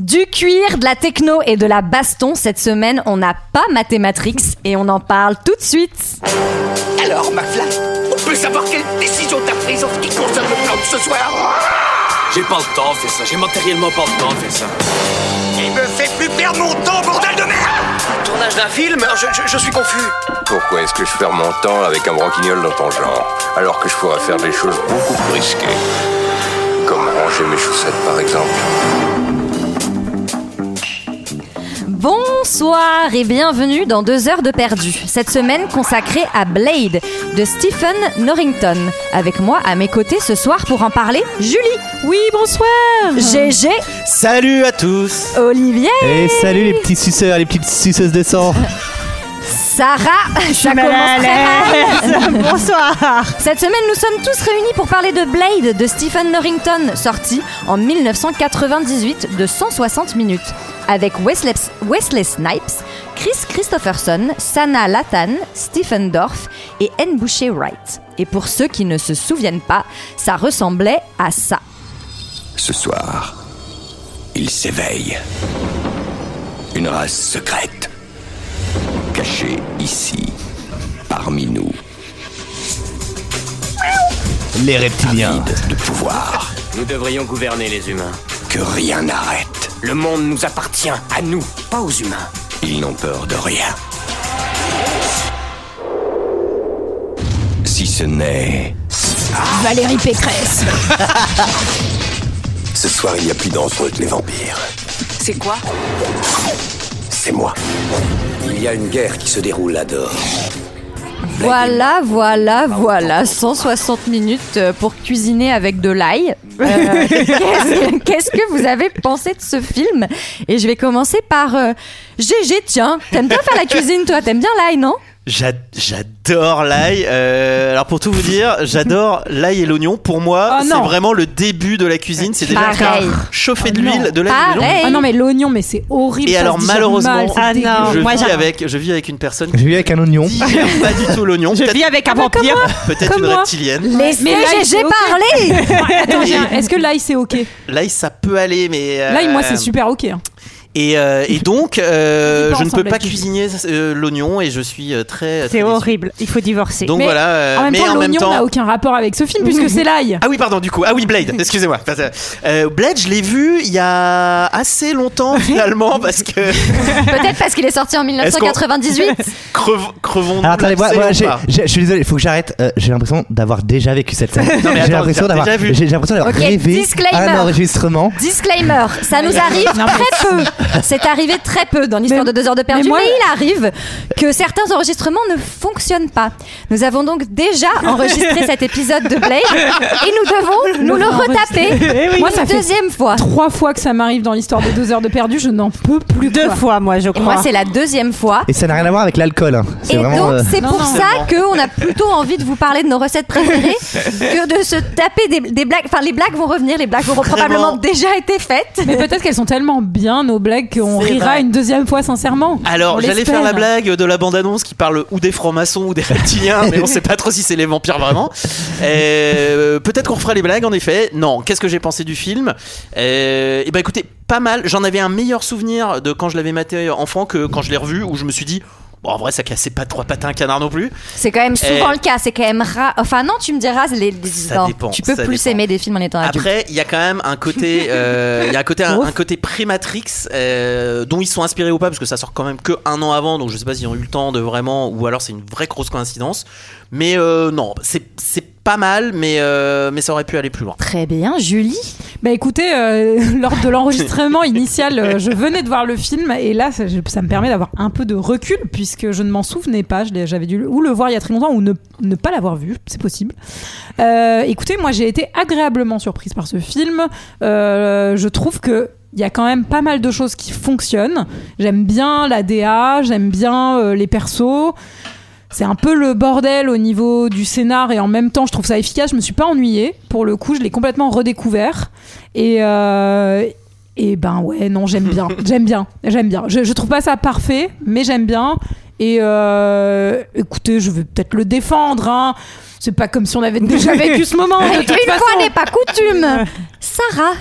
Du cuir, de la techno et de la baston, cette semaine, on n'a pas Mathématrix et on en parle tout de suite. Alors, McFly, on peut savoir quelle décision t'as prise en ce qui concerne le plan de ce soir J'ai pas le temps de faire ça, j'ai matériellement pas le temps de faire ça. Il me fait plus perdre mon temps, bordel de merde Tournage d'un film je, je- je suis confus. Pourquoi est-ce que je perds mon temps avec un branquignol dans ton genre, alors que je pourrais faire des choses beaucoup plus risquées Comme ranger mes chaussettes par exemple. Bonsoir et bienvenue dans Deux heures de perdu, cette semaine consacrée à Blade de Stephen Norrington. Avec moi à mes côtés ce soir pour en parler, Julie. Oui, bonsoir. GG, Salut à tous Olivier, Et salut les petits suceurs, les petites suceuses de sang Sarah. Ça commence très mal. Bonsoir Cette semaine, nous sommes tous réunis pour parler de Blade de Stephen Norrington, sorti en 1998 de 160 minutes, avec Wesley, Wesley Snipes, Chris Christopherson, Sana Lathan, Stephen Dorff et Anne Boucher Wright. Et pour ceux qui ne se souviennent pas, ça ressemblait à ça. Ce soir, il s'éveille. Une race secrète. Cachée ici, parmi nous, Les reptiliens vide de pouvoir Nous devrions gouverner les humains. que rien n'arrête. Le monde nous appartient, à nous, pas aux humains. Ils n'ont peur de rien. Si ce n'est. Valérie Pécresse Ce soir, il y a plus dangereux que les vampires. C'est quoi C'est moi. Il y a une guerre qui se déroule là-dehors. Voilà, voilà, voilà, 160 minutes euh, pour cuisiner avec de l'ail. Euh, Qu'est-ce qu'est-ce que vous avez pensé de ce film Et je vais commencer par euh, GG, tiens, t'aimes bien faire la cuisine toi, t'aimes bien l'ail, non J'a- J'adore l'ail. Euh, alors pour tout vous dire, j'adore l'ail et l'oignon. Pour moi, Oh c'est non. vraiment le début de la cuisine. C'est déjà Pareil. chauffer de Oh non. l'huile, de l'ail et de l'oignon. Pareil. Ah non mais l'oignon mais c'est horrible Et ça alors se digère malheureusement, mal, c'est dégueu. je, moi, vis j'aime. avec, je vis avec une personne qui J'ai eu avec un oignon. digère pas du tout l'oignon. Je Peut-être vis avec un vampire. peut-être comme une Ah, moi. reptilienne. Laissez Mais l'ail, GG c'est ok. parler Attends, j'ai un- est-ce que l'ail c'est ok L'ail, ça peut aller, mais euh, L'ail moi c'est super ok hein. Et, euh, et donc, euh, On vit pas je ne peux ensemble pas là-dessus. cuisiner euh, l'oignon et je suis euh, très. très C'est déçu. horrible, il faut divorcer. Donc Mais voilà. euh, En même mais temps en même l'oignon temps, n'a aucun rapport avec ce film puisque c'est l'ail Ah oui, pardon, du coup. Ah oui, Blade, excusez-moi. Parce que, euh, Blade, je l'ai vu il y a assez longtemps, finalement, parce que. Peut-être parce qu'il est sorti en 1998 Crev- crevons Alors attendez, moi, moi, j'ai- pas. j'ai- je suis désolé, il faut que j'arrête. euh, j'ai l'impression d'avoir déjà vécu cette scène. mais J'ai attends, l'impression t'as d'avoir déjà vu j'ai- j'ai l'impression d'avoir Ok, rêvé disclaimer. à un enregistrement. Disclaimer, ça nous arrive très peu. C'est arrivé très peu dans l'histoire de Mais- deux heures de perdu, mais, mais moi- il arrive que certains enregistrements ne fonctionnent pas. Nous avons donc déjà enregistré cet épisode de Blade et nous devons nous le retaper. Eh oui. Moi, ça une fait- deuxième fois. Trois fois que ça m'arrive dans l'histoire de deux heures de perdu je n'en peux plus Deux quoi. fois, moi, je Et moi, crois. c'est la deuxième fois. Et ça n'a rien à voir avec l'alcool. hein. Et C'est donc, vraiment. euh, c'est Non, pour non. ça qu'on a plutôt envie de vous parler de nos recettes préférées que de se taper des, des blagues. Enfin, les blagues vont revenir, les blagues auront probablement déjà été faites. Mais peut-être qu'elles sont tellement bien nos blagues qu'on C'est rira vrai. une deuxième fois sincèrement On Alors, j'allais faire la l'espère. blague de la bande-annonce qui parle ou des francs-maçons ou des reptiliens, mais on sait pas trop si c'est les vampires vraiment. Euh, Peut-être qu'on refera les blagues, en effet. Non, qu'est-ce que j'ai pensé du film Euh, Eh ben, écoutez, pas mal. J'en avais un meilleur souvenir de quand je l'avais maté enfant que quand je l'ai revu, où je me suis dit. Bon, en vrai, ça cassait pas trois patins un canard non plus. C'est quand même souvent Euh, le cas, c'est quand même rare. Enfin, non, tu me diras, les, les- Ça non, dépend, tu peux ça plus dépend. aimer des films en étant adulte. Après, il y a quand même un côté, euh, il y a un côté, un, Ah, Ouf. un côté pré-Matrix euh, dont ils sont inspirés ou pas, parce que ça sort quand même que un an avant, donc je sais pas s'ils ont eu le temps de vraiment, ou alors c'est une vraie grosse coïncidence. Mais euh, non, c'est c'est pas mal, mais euh, mais ça aurait pu aller plus loin. Très bien, Julie. Bah écoutez, euh, lors de l'enregistrement initial, euh, je venais de voir le film et là, ça, je- ça me permet d'avoir un peu de recul puisque je ne m'en souvenais pas. Je l'ai- J'avais dû le- ou le voir il y a très longtemps ou ne, ne pas l'avoir vu, c'est possible. Euh, écoutez, moi j'ai été agréablement surprise par ce film. Euh, je trouve que il y a quand même pas mal de choses qui fonctionnent. J'aime bien la DA, j'aime bien euh, les persos. C'est un peu le bordel au niveau du scénar et en même temps, je trouve ça efficace. Je me suis pas ennuyée. Pour le coup, je l'ai complètement redécouvert. Et, euh, et ben ouais, non, j'aime bien. J'aime bien. J'aime bien. Je, je trouve pas ça parfait, mais j'aime bien. Et euh, écoutez, je vais peut-être le défendre. Hein. C'est pas comme si on avait déjà vécu ce moment. de Une toute fois façon. n'est pas coutume. Sarah,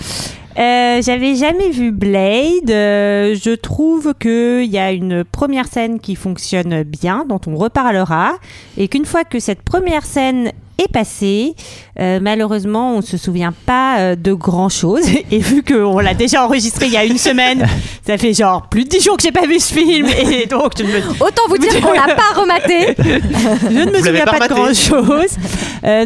Euh, J'avais jamais vu Blade. Euh, je trouve qu'il y a une première scène qui fonctionne bien, dont on reparlera, et qu'une fois que cette première scène est passée, euh, malheureusement, on se souvient pas euh, de grand chose. Et vu qu'on l'a déjà enregistré il y a une semaine, ça fait genre plus de 10 jours que j'ai pas vu ce film, et donc je ne me Autant vous dire qu'on l'a pas rematé. je ne me Vous l'avez souviens pas pas, de grand rematé. chose.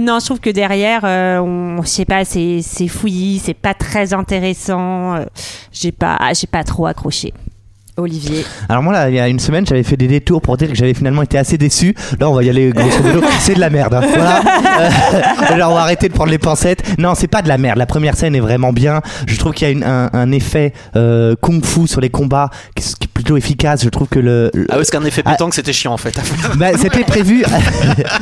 non, je trouve que derrière, euh, on, je sais pas, c'est c'est fouillis, c'est pas très intéressant. euh, J'ai pas, j'ai pas trop accroché. Olivier. Alors moi là, il y a une semaine, j'avais fait des détours pour dire que j'avais finalement été assez déçu. Là, on va y aller grosso modo. c'est de la merde. hein. Voilà. Euh, alors on va arrêter de prendre les pincettes. Non, c'est pas de la merde. La première scène est vraiment bien. Je trouve qu'il y a une- un, un effet euh, kung-fu sur les combats qui, qui est plutôt efficace. Je trouve que le, le- Ah ouais, c'est qu'un effet Ah. pétanque, c'était chiant en fait. Bah, c'était prévu.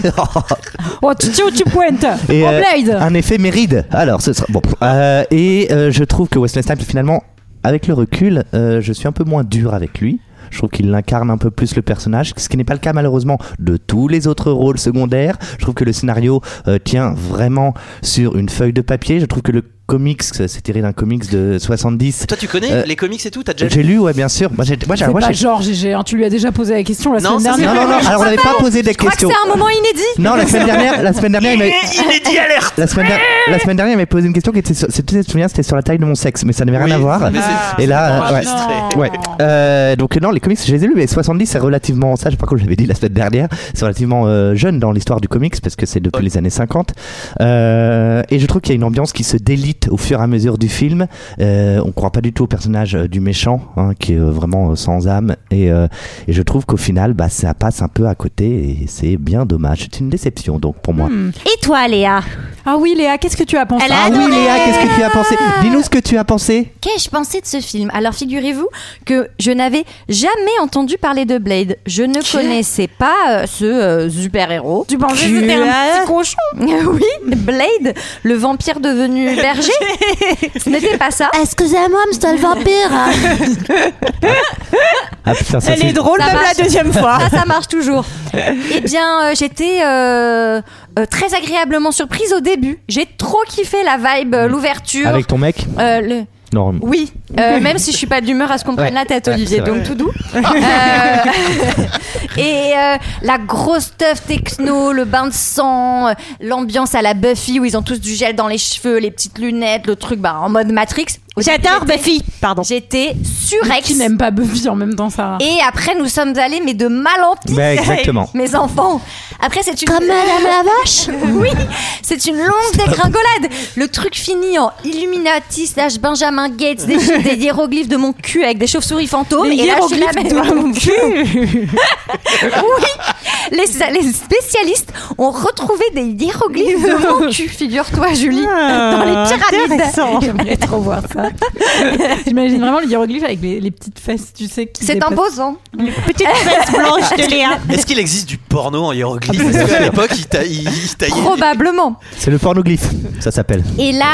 Oh, tu tiens ou tu pointes Et, Oh, euh, Blade un effet méride. Alors, ce sera bon. Euh, et euh, je trouve que Wesley Snipes, finalement, avec le recul, euh, je suis un peu moins dur avec lui. Je trouve qu'il incarne un peu plus le personnage, ce qui n'est pas le cas malheureusement de tous les autres rôles secondaires. Je trouve que le scénario euh, tient vraiment sur une feuille de papier. Je trouve que le comics, c'est tiré d'un comics de 70. Toi, tu connais Euh, les comics et tout T'as déjà J'ai lu, ouais, bien sûr. Moi, j'ai, moi, j'ai- C'est Ah, moi, pas j'ai- genre GG, hein, tu lui as déjà posé la question la Non, semaine ça, c'est Non, dernière. non, non. Alors, on n'avait pas posé des Je crois que questions. c'est un moment inédit. Non, la semaine dernière, la semaine dernière, il m'a- La semaine, der- la semaine dernière, il m'avait posé une question qui était, sur- c'était, tu te souviens, c'était sur la taille de mon sexe, Ah, mais ça n'avait rien à voir. Et là, euh, ouais. Ouais. Oh. Euh, donc non, les comics, je les ai lus, mais 70, c'est relativement, ça, je par contre, je l'avais dit la semaine dernière, c'est relativement euh, jeune dans l'histoire du comics parce que c'est depuis les années 50. Euh, et je trouve qu'il y a une ambiance qui se délite au fur et à mesure du film. Euh, on croit pas du tout au personnage euh, du méchant, hein, qui est euh, vraiment euh, sans âme. Et, euh, et je trouve qu'au final, bah, ça passe un peu à côté et c'est bien dommage. C'est une déception, donc pour moi. Et toi, Léa Ah oui, Léa, qu'est-ce que tu as pensé Elle a- Ah oui, adoré. Léa, qu'est-ce que tu as pensé Dis-nous ce que tu as pensé. Qu'ai-je pensé de ce film Alors figurez-vous que je n'avais jamais entendu parler de Blade. Je ne connaissais pas euh, ce euh, super-héros. Tu pensais que c'était un petit cochon Oui, Blade, le vampire devenu berger. ce n'était pas ça. Excusez-moi, monsieur le vampire. Ah putain, ça Elle c'est. est drôle Ça même marche. la deuxième fois. Ça, ça marche toujours. Eh bien, euh, j'étais euh, euh, très agréablement surprise au début. J'ai trop kiffé la vibe, euh, l'ouverture. Avec ton mec euh, le- Non. Oui, euh, même si je suis pas d'humeur à ce qu'on me prenne Ouais. la tête, Ouais, Olivier, c'est vrai. donc tout doux. Euh, et euh, la grosse stuff techno, le bain de sang, euh, l'ambiance à la Buffy où ils ont tous du gel dans les cheveux, les petites lunettes, le truc bah, en mode Matrix. Au début, J'adore j'étais- Buffy. Pardon. J'étais surex. Qui n'aime pas Buffy en même temps, ça Et après, nous sommes allés, mais de mal en pis. Bah, exactement. Mes enfants. Après, c'est une. Comme Madame la vache Oui C'est une longue dégringolade Le truc finit en Illuminati slash Benjamin Gates, des, des hiéroglyphes de mon cul avec des chauves-souris fantômes. Les et là, je suis là, hiéroglyphes mais- de mon cul. les, les spécialistes ont retrouvé des hiéroglyphes de mon cul, figure-toi, Julie, dans les pyramides. Ah, Intéressant. J'aimerais trop voir ça. J'imagine vraiment le hiéroglyphe avec les, les petites fesses, tu sais. qui C'est dépassent. imposant. Petite fesse blanche de Léa. Est-ce qu'il existe du porno en hiéroglyphe Parce qu'à l'époque, il taillait. il taillait- Probablement. C'est le pornoglyphe, ça s'appelle. Et là,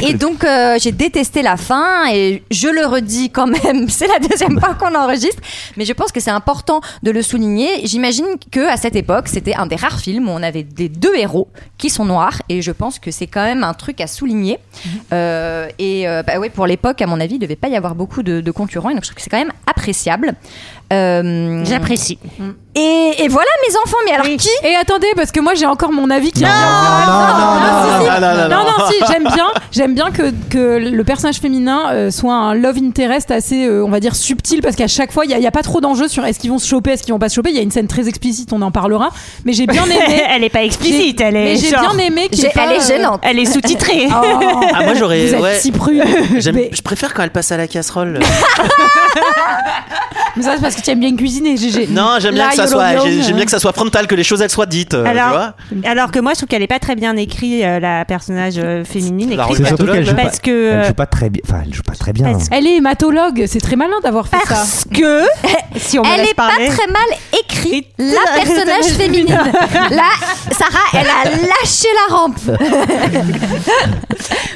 et donc euh, j'ai détesté la fin et je le redis quand même, c'est la deuxième fois qu'on enregistre, mais je pense que c'est important de le souligner. J'imagine que à cette époque, c'était un des rares films où on avait des deux héros qui sont noirs et je pense que c'est quand même un truc à souligner. Euh, et euh, bah ouais, pour l'époque, à mon avis, il devait pas y avoir beaucoup de, de concurrents et donc je trouve que c'est quand même appréciable. Euh, J'apprécie. et, et voilà mes enfants, mais alors Oui. qui Et attendez, parce que moi j'ai encore mon avis qui revient. non, Ah, non, non, non. Non, non, si, j'aime bien, j'aime bien que, que le personnage féminin euh, soit un love interest assez, euh, on va dire, subtil, parce qu'à chaque fois, il n'y a, il y a pas trop d'enjeux sur est-ce qu'ils vont se choper, est-ce qu'ils vont pas se choper. Il y a une scène très explicite, on en parlera. Mais j'ai bien aimé. elle est pas explicite. Elle mais est j'ai genre- bien aimé qu'il y ait J'ai- pas, Elle est euh, gênante. Elle est sous-titrée. Oh, Ah, moi, j'aurais- Vous êtes ouais. si prude. J'aime- Mais, Je préfère quand elle passe à la casserole. mais ça, c'est parce que tu aimes bien cuisiner, GG. non, j'aime bien Là, que ça Yolo soit. Young, j'ai- J'aime bien euh, que ça soit frontal, que les choses elles soient dites. euh, tu vois Alors, alors que moi, je trouve qu'elle est pas très bien écrite, euh, la personnage euh, féminine. La écrite. C'est surtout qu'elle joue pas. parce que Elle joue pas très bien. Enfin, elle joue pas très bien. hein. Parce- Elle est hématologue, c'est très malin d'avoir fait ça. parce que si on me Elle laisse est pas parler, très mal écrite, Et- la personnage féminine. Là, Sarah, elle a lâché la rampe.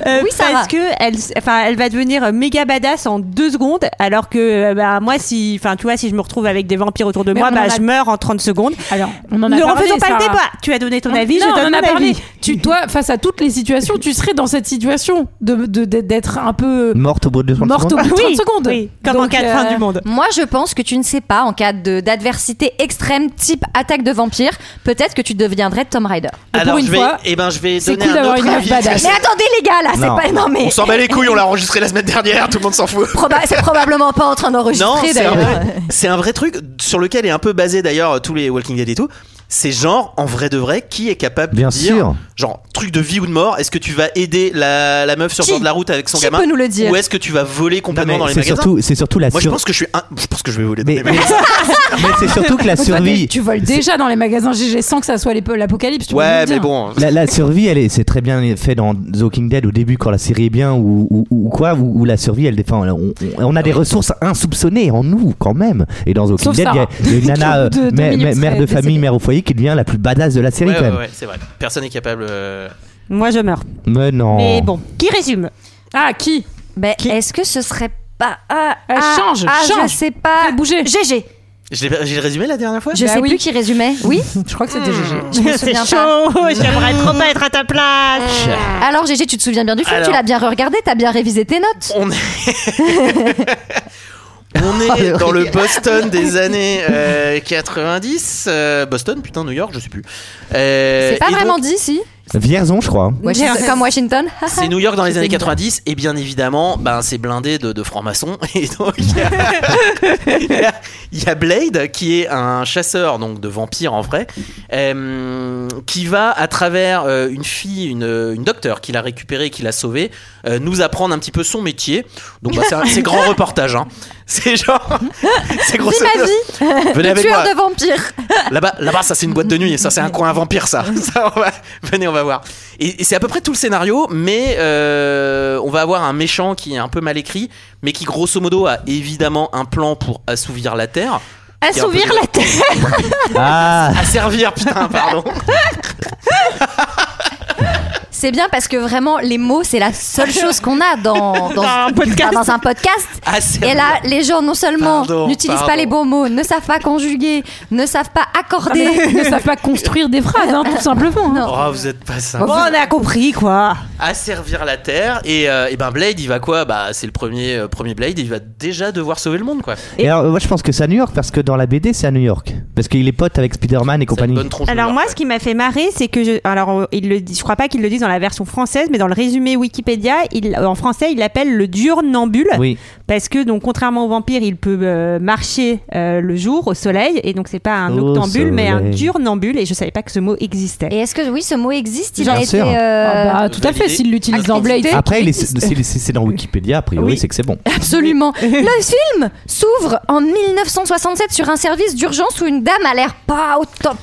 Euh, Oui, Sarah. parce que elle, enfin, elle va devenir méga badass en deux secondes, alors que euh, bah, moi, si, enfin, tu vois, si je me retrouve avec des vampires autour de Mais moi, on en bah, a- je meurs en 30 secondes. Alors, on en a ne parlé, refaisons pas Sarah. le débat. Tu as donné ton avis, Non, je on donne en a mon parlé. avis. Tu, toi, face à toutes les situations, tu serais dans cette situation de- de- de- d'être un peu euh, Morte au bout de 30 morte au secondes. bout de 30 Oui, secondes. oui, comme en Donc, cas de euh, fin du monde. Moi, je pense que tu ne sais pas, en cas de- d'adversité extrême type attaque de vampire, peut-être que tu deviendrais Tom Rider. pour Alors, une je vais, fois, eh ben, je vais c'est donner cool un d'avoir autre une meuf avis. Ah, badass. Mais attendez, les gars, là, c'est Non. pas. Non, mais. On s'en bat les couilles, on l'a enregistré la semaine dernière, tout le monde s'en fout. proba- c'est probablement pas en train Non, d'enregistrer c'est un, d'ailleurs. vrai- c'est un vrai truc sur lequel est un peu basé d'ailleurs tous les Walking Dead et tout. C'est genre, en vrai de vrai, qui est capable Bien de dire, sûr. genre, truc de vie ou de mort, est-ce que tu vas aider la, la meuf sur le Qui bord de la route avec son Qui gamin peut nous le dire Ou est-ce que tu vas voler Non, complètement mais dans les C'est magasins surtout, c'est surtout la Moi, je sur- pense que je suis un... Je pense que je vais voler dans Mais, les magasins. mais- mais c'est surtout que la Toi, t'es- survie. Tu voles déjà dans les magasins GG sans que ça soit les- l'apocalypse. tu vois Ouais, ce que je mais veux dire. bon. La, la survie, elle est, c'est très bien fait dans The Walking Dead au début quand la série est bien ou, ou- ou quoi, où, où la survie, elle défend. On, on- on a des ressources insoupçonnées en nous quand même. Et dans The Walking Sauf Dead, il y a- Sarah. il y a une nana, Qui, au bout de euh, deux mère- minutes, mère de serait famille, décédée. mère au foyer, qui devient la plus badass de la série Ouais, quand ouais, même. ouais, c'est vrai. Personne n'est capable. euh, Moi, je meurs. Mais non. Mais bon, qui résume Ah, qui Ben, est-ce que ce serait pas. Ah, Euh, ah, change, ah, change. je sais pas. Fais bouger. GG. Je l'ai j'ai résumé la dernière fois Je Bah sais oui. plus qui résumait. Oui Je crois que c'était GG. Je me C'est souviens chaud, pas. j'aimerais trop pas être à ta place. Alors, GG, tu te souviens bien du film Alors. Tu l'as bien regardé T'as bien révisé tes notes On est. On est dans le Boston des années euh, 90. euh, Boston, putain, New York, je sais plus. Euh, C'est pas et donc, vraiment dit, si Vierzon, je crois. Washington- Comme Washington C'est New York dans les C'est années bizarre. 90 et bien évidemment, ben c'est blindé de, de francs-maçons et donc il y a- il y, a- il y a Blade qui est un chasseur donc de vampires en vrai, euh, qui va à travers euh, une fille, une, une docteure qu'il a récupérée, qu'il a sauvée, euh, nous apprendre un petit peu son métier. Donc bah, c'est un- c'est grand reportage, hein. c'est genre, c'est grosso Vis ma modo. vie Venez avec Tueur moi. de vampires Là-bas, là-bas, ça c'est une boîte de nuit et ça c'est un coin à vampire ça. Ça, on va- Venez, on va voir. Et, et c'est à peu près tout le scénario, mais euh, on va avoir un méchant qui est un peu mal écrit, mais qui grosso modo a évidemment un plan pour assouvir la terre, Assouvir la tête. Ah, asservir putain pardon. C'est bien parce que vraiment, les mots, c'est la seule chose qu'on a dans, dans, un podcast. dans un podcast. Asservir. Et là, les gens, non seulement Pardon, n'utilisent pas pardon. les bons mots, ne savent pas conjuguer, ne savent pas accorder. Ils ne savent pas construire des phrases, hein, tout simplement. hein. Oh, vous êtes pas ça. Bon, on a compris quoi. Asservir la terre et, euh, et ben Blade il va quoi Bah c'est le premier euh, premier Blade, il va déjà devoir sauver le monde quoi. C'est et alors, moi je pense que c'est à New York parce que dans la BD c'est à New York. Parce qu'il est pote avec Spider-Man et une compagnie. bonne tronche de Alors merde, moi, quoi. ce qui m'a fait marrer, c'est que je, alors euh, il le dit, je crois pas qu'il le dise dans la version française, mais dans le résumé Wikipédia, il, euh, en français, il l'appelle le diurnambule Oui, parce que donc contrairement au vampire, il peut euh, marcher euh, le jour au soleil et donc c'est pas un Au octambule mais un soleil. diurnambule et je savais pas que ce mot existait. Et est-ce que, oui, ce mot existe Il Bien a sûr. été. euh, Ah bah, tout à fait, validé. s'ils l'utilisent dans Blade. Accrédité. Après, il est- c'est c'est- c'est dans Wikipédia, a priori, Oui. c'est que c'est bon. Absolument. Le film s'ouvre en 1967 sur un service d'urgence où une dame a l'air pas au top.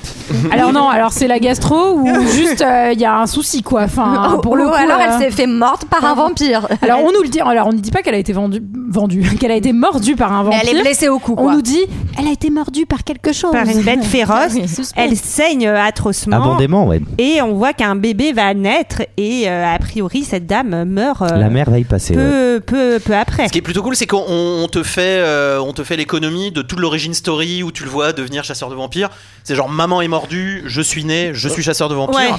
Alors non, alors c'est la gastro ou juste euh, il y a un souci quoi. Enfin, Ou- pour le ou coup, Oh, alors euh, elle s'est fait morte par un vampire. alors on nous le dit, alors on ne dit pas qu'elle a été vendue, vendue, qu'elle a été mordue par un Mais vampire. elle est blessée au cou, on quoi. nous dit, elle a été mordue par quelque chose. Par une bête féroce, Oui, suspect. elle saigne euh, atrocement Abondément, ouais. et on voit qu'un bébé va naître et euh, a priori cette dame meurt euh, La mère va y passer. ouais. peu, peu peu après. Ce qui est plutôt cool, c'est qu'on on te fait, euh, on te fait l'économie de toute l'origine story où tu le vois devenir chasseur de vampires. C'est genre maman est mordue, je suis né, je suis chasseur de vampires. Ouais.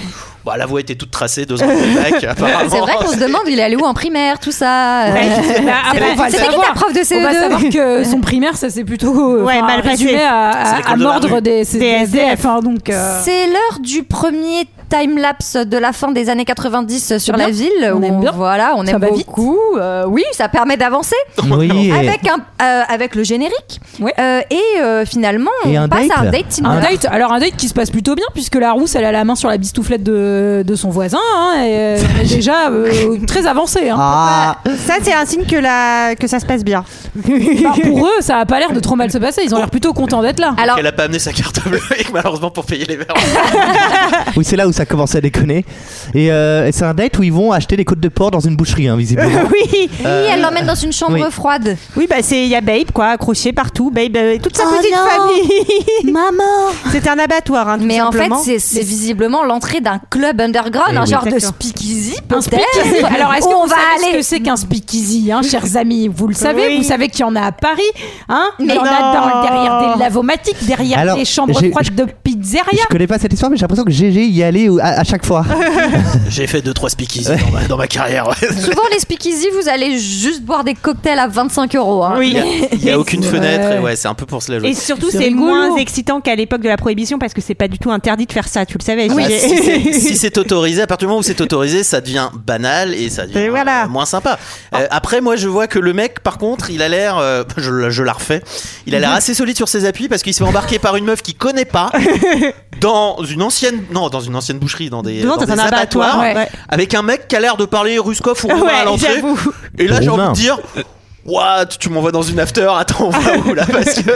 Bah, la voie était toute tracée deux ans plus bac, Ah apparemment. C'est vrai qu'on se demande, il est allé où en primaire, tout ça. euh, Ouais. Ah, c'est- bah, on va le C'était qui savoir. ta prof de E On va savoir CE2 que son primaire, ça c'est plutôt euh, Ouais, enfin, mal passé. résumé à, à- C'est l'école à de la mordre rue. des, c'est Des des SDF. SDF. hein, donc, euh, C'est l'heure du premier time-lapse de la fin des années 90 sur bien. la ville. On où aime bien. Voilà, on Ça aime va vite. beaucoup. Euh, oui, ça permet d'avancer. Oui, et- Avec, un, euh, avec le générique. Ouais. Euh, et euh, finalement, Et on un passe date. à un date Tinder. un date, alors un date qui se passe plutôt bien puisque la rousse elle a la main sur la bistouflette de, de son voisin hein, et euh, elle est déjà euh, très avancée. hein. Ah, Ça c'est un signe que la que ça se passe bien. Bah, pour eux, ça a pas l'air de trop mal se passer. Ils ont l'air plutôt contents d'être là. Alors, Elle a pas amené sa carte bleue et que malheureusement pour payer les verres. oui, c'est là où ça ça commençait à déconner. Et, euh, et c'est un date où ils vont acheter des côtes de porc dans une boucherie, hein, visiblement. oui, Euh, Oui, elle l'emmène dans une chambre oui. froide. oui, bah c'est il y a Babe quoi, accroché partout, Babe euh, et toute sa Oh petite non. famille. Maman C'était un abattoir, hein, tout Mais en fait, simplement. c'est- c'est visiblement l'entrée d'un club underground, Eh un oui. genre de D'accord. speakeasy Un speakeasy. peut-être. Alors, est-ce Où que on vous va savez ce aller que c'est qu'un speakeasy, hein, chers amis Vous le savez, Oui. vous savez qu'il y en a à Paris, hein Il y Mais en non. a dans, derrière des lavomatiques, derrière Alors, des chambres j'ai- froides de pizzeria. Je connais pas cette histoire, mais j'ai l'impression que GG y allait ou- à, à chaque fois. J'ai fait 2-3 speakeasy dans, ma, dans ma carrière. ouais. Souvent, les speakeasy, vous allez juste boire des cocktails à 25 euros. hein. Oui. Il n'y a aucune Ouais. fenêtre. et ouais, c'est un peu pour se la jouer. Et surtout, C'est c'est rigolo. moins excitant qu'à l'époque de la prohibition parce que c'est pas du tout interdit de faire ça, tu le savais. Bah, Gégé. si c'est- si c'est autorisé, à partir du moment où c'est autorisé, ça devient banal et ça devient Et voilà. Ah. euh, moins sympa. Euh, après, moi, je vois que le mec, par contre, il a l'air, euh, je, la- je la refais, il a Mhm. l'air assez solide sur ses appuis parce qu'il se fait embarquer par une meuf qu'il connaît pas dans une ancienne, non, dans une ancienne boucherie, dans des, Devant, dans dans un des abattoir, abattoirs, ouais. avec un mec qui a l'air de parler ruskov ou roumain à Ouais, l'entrée. j'avoue. Et là, j'ai Roumain. envie de dire. What, tu m'envoies dans une after, attends, on va où là Parce que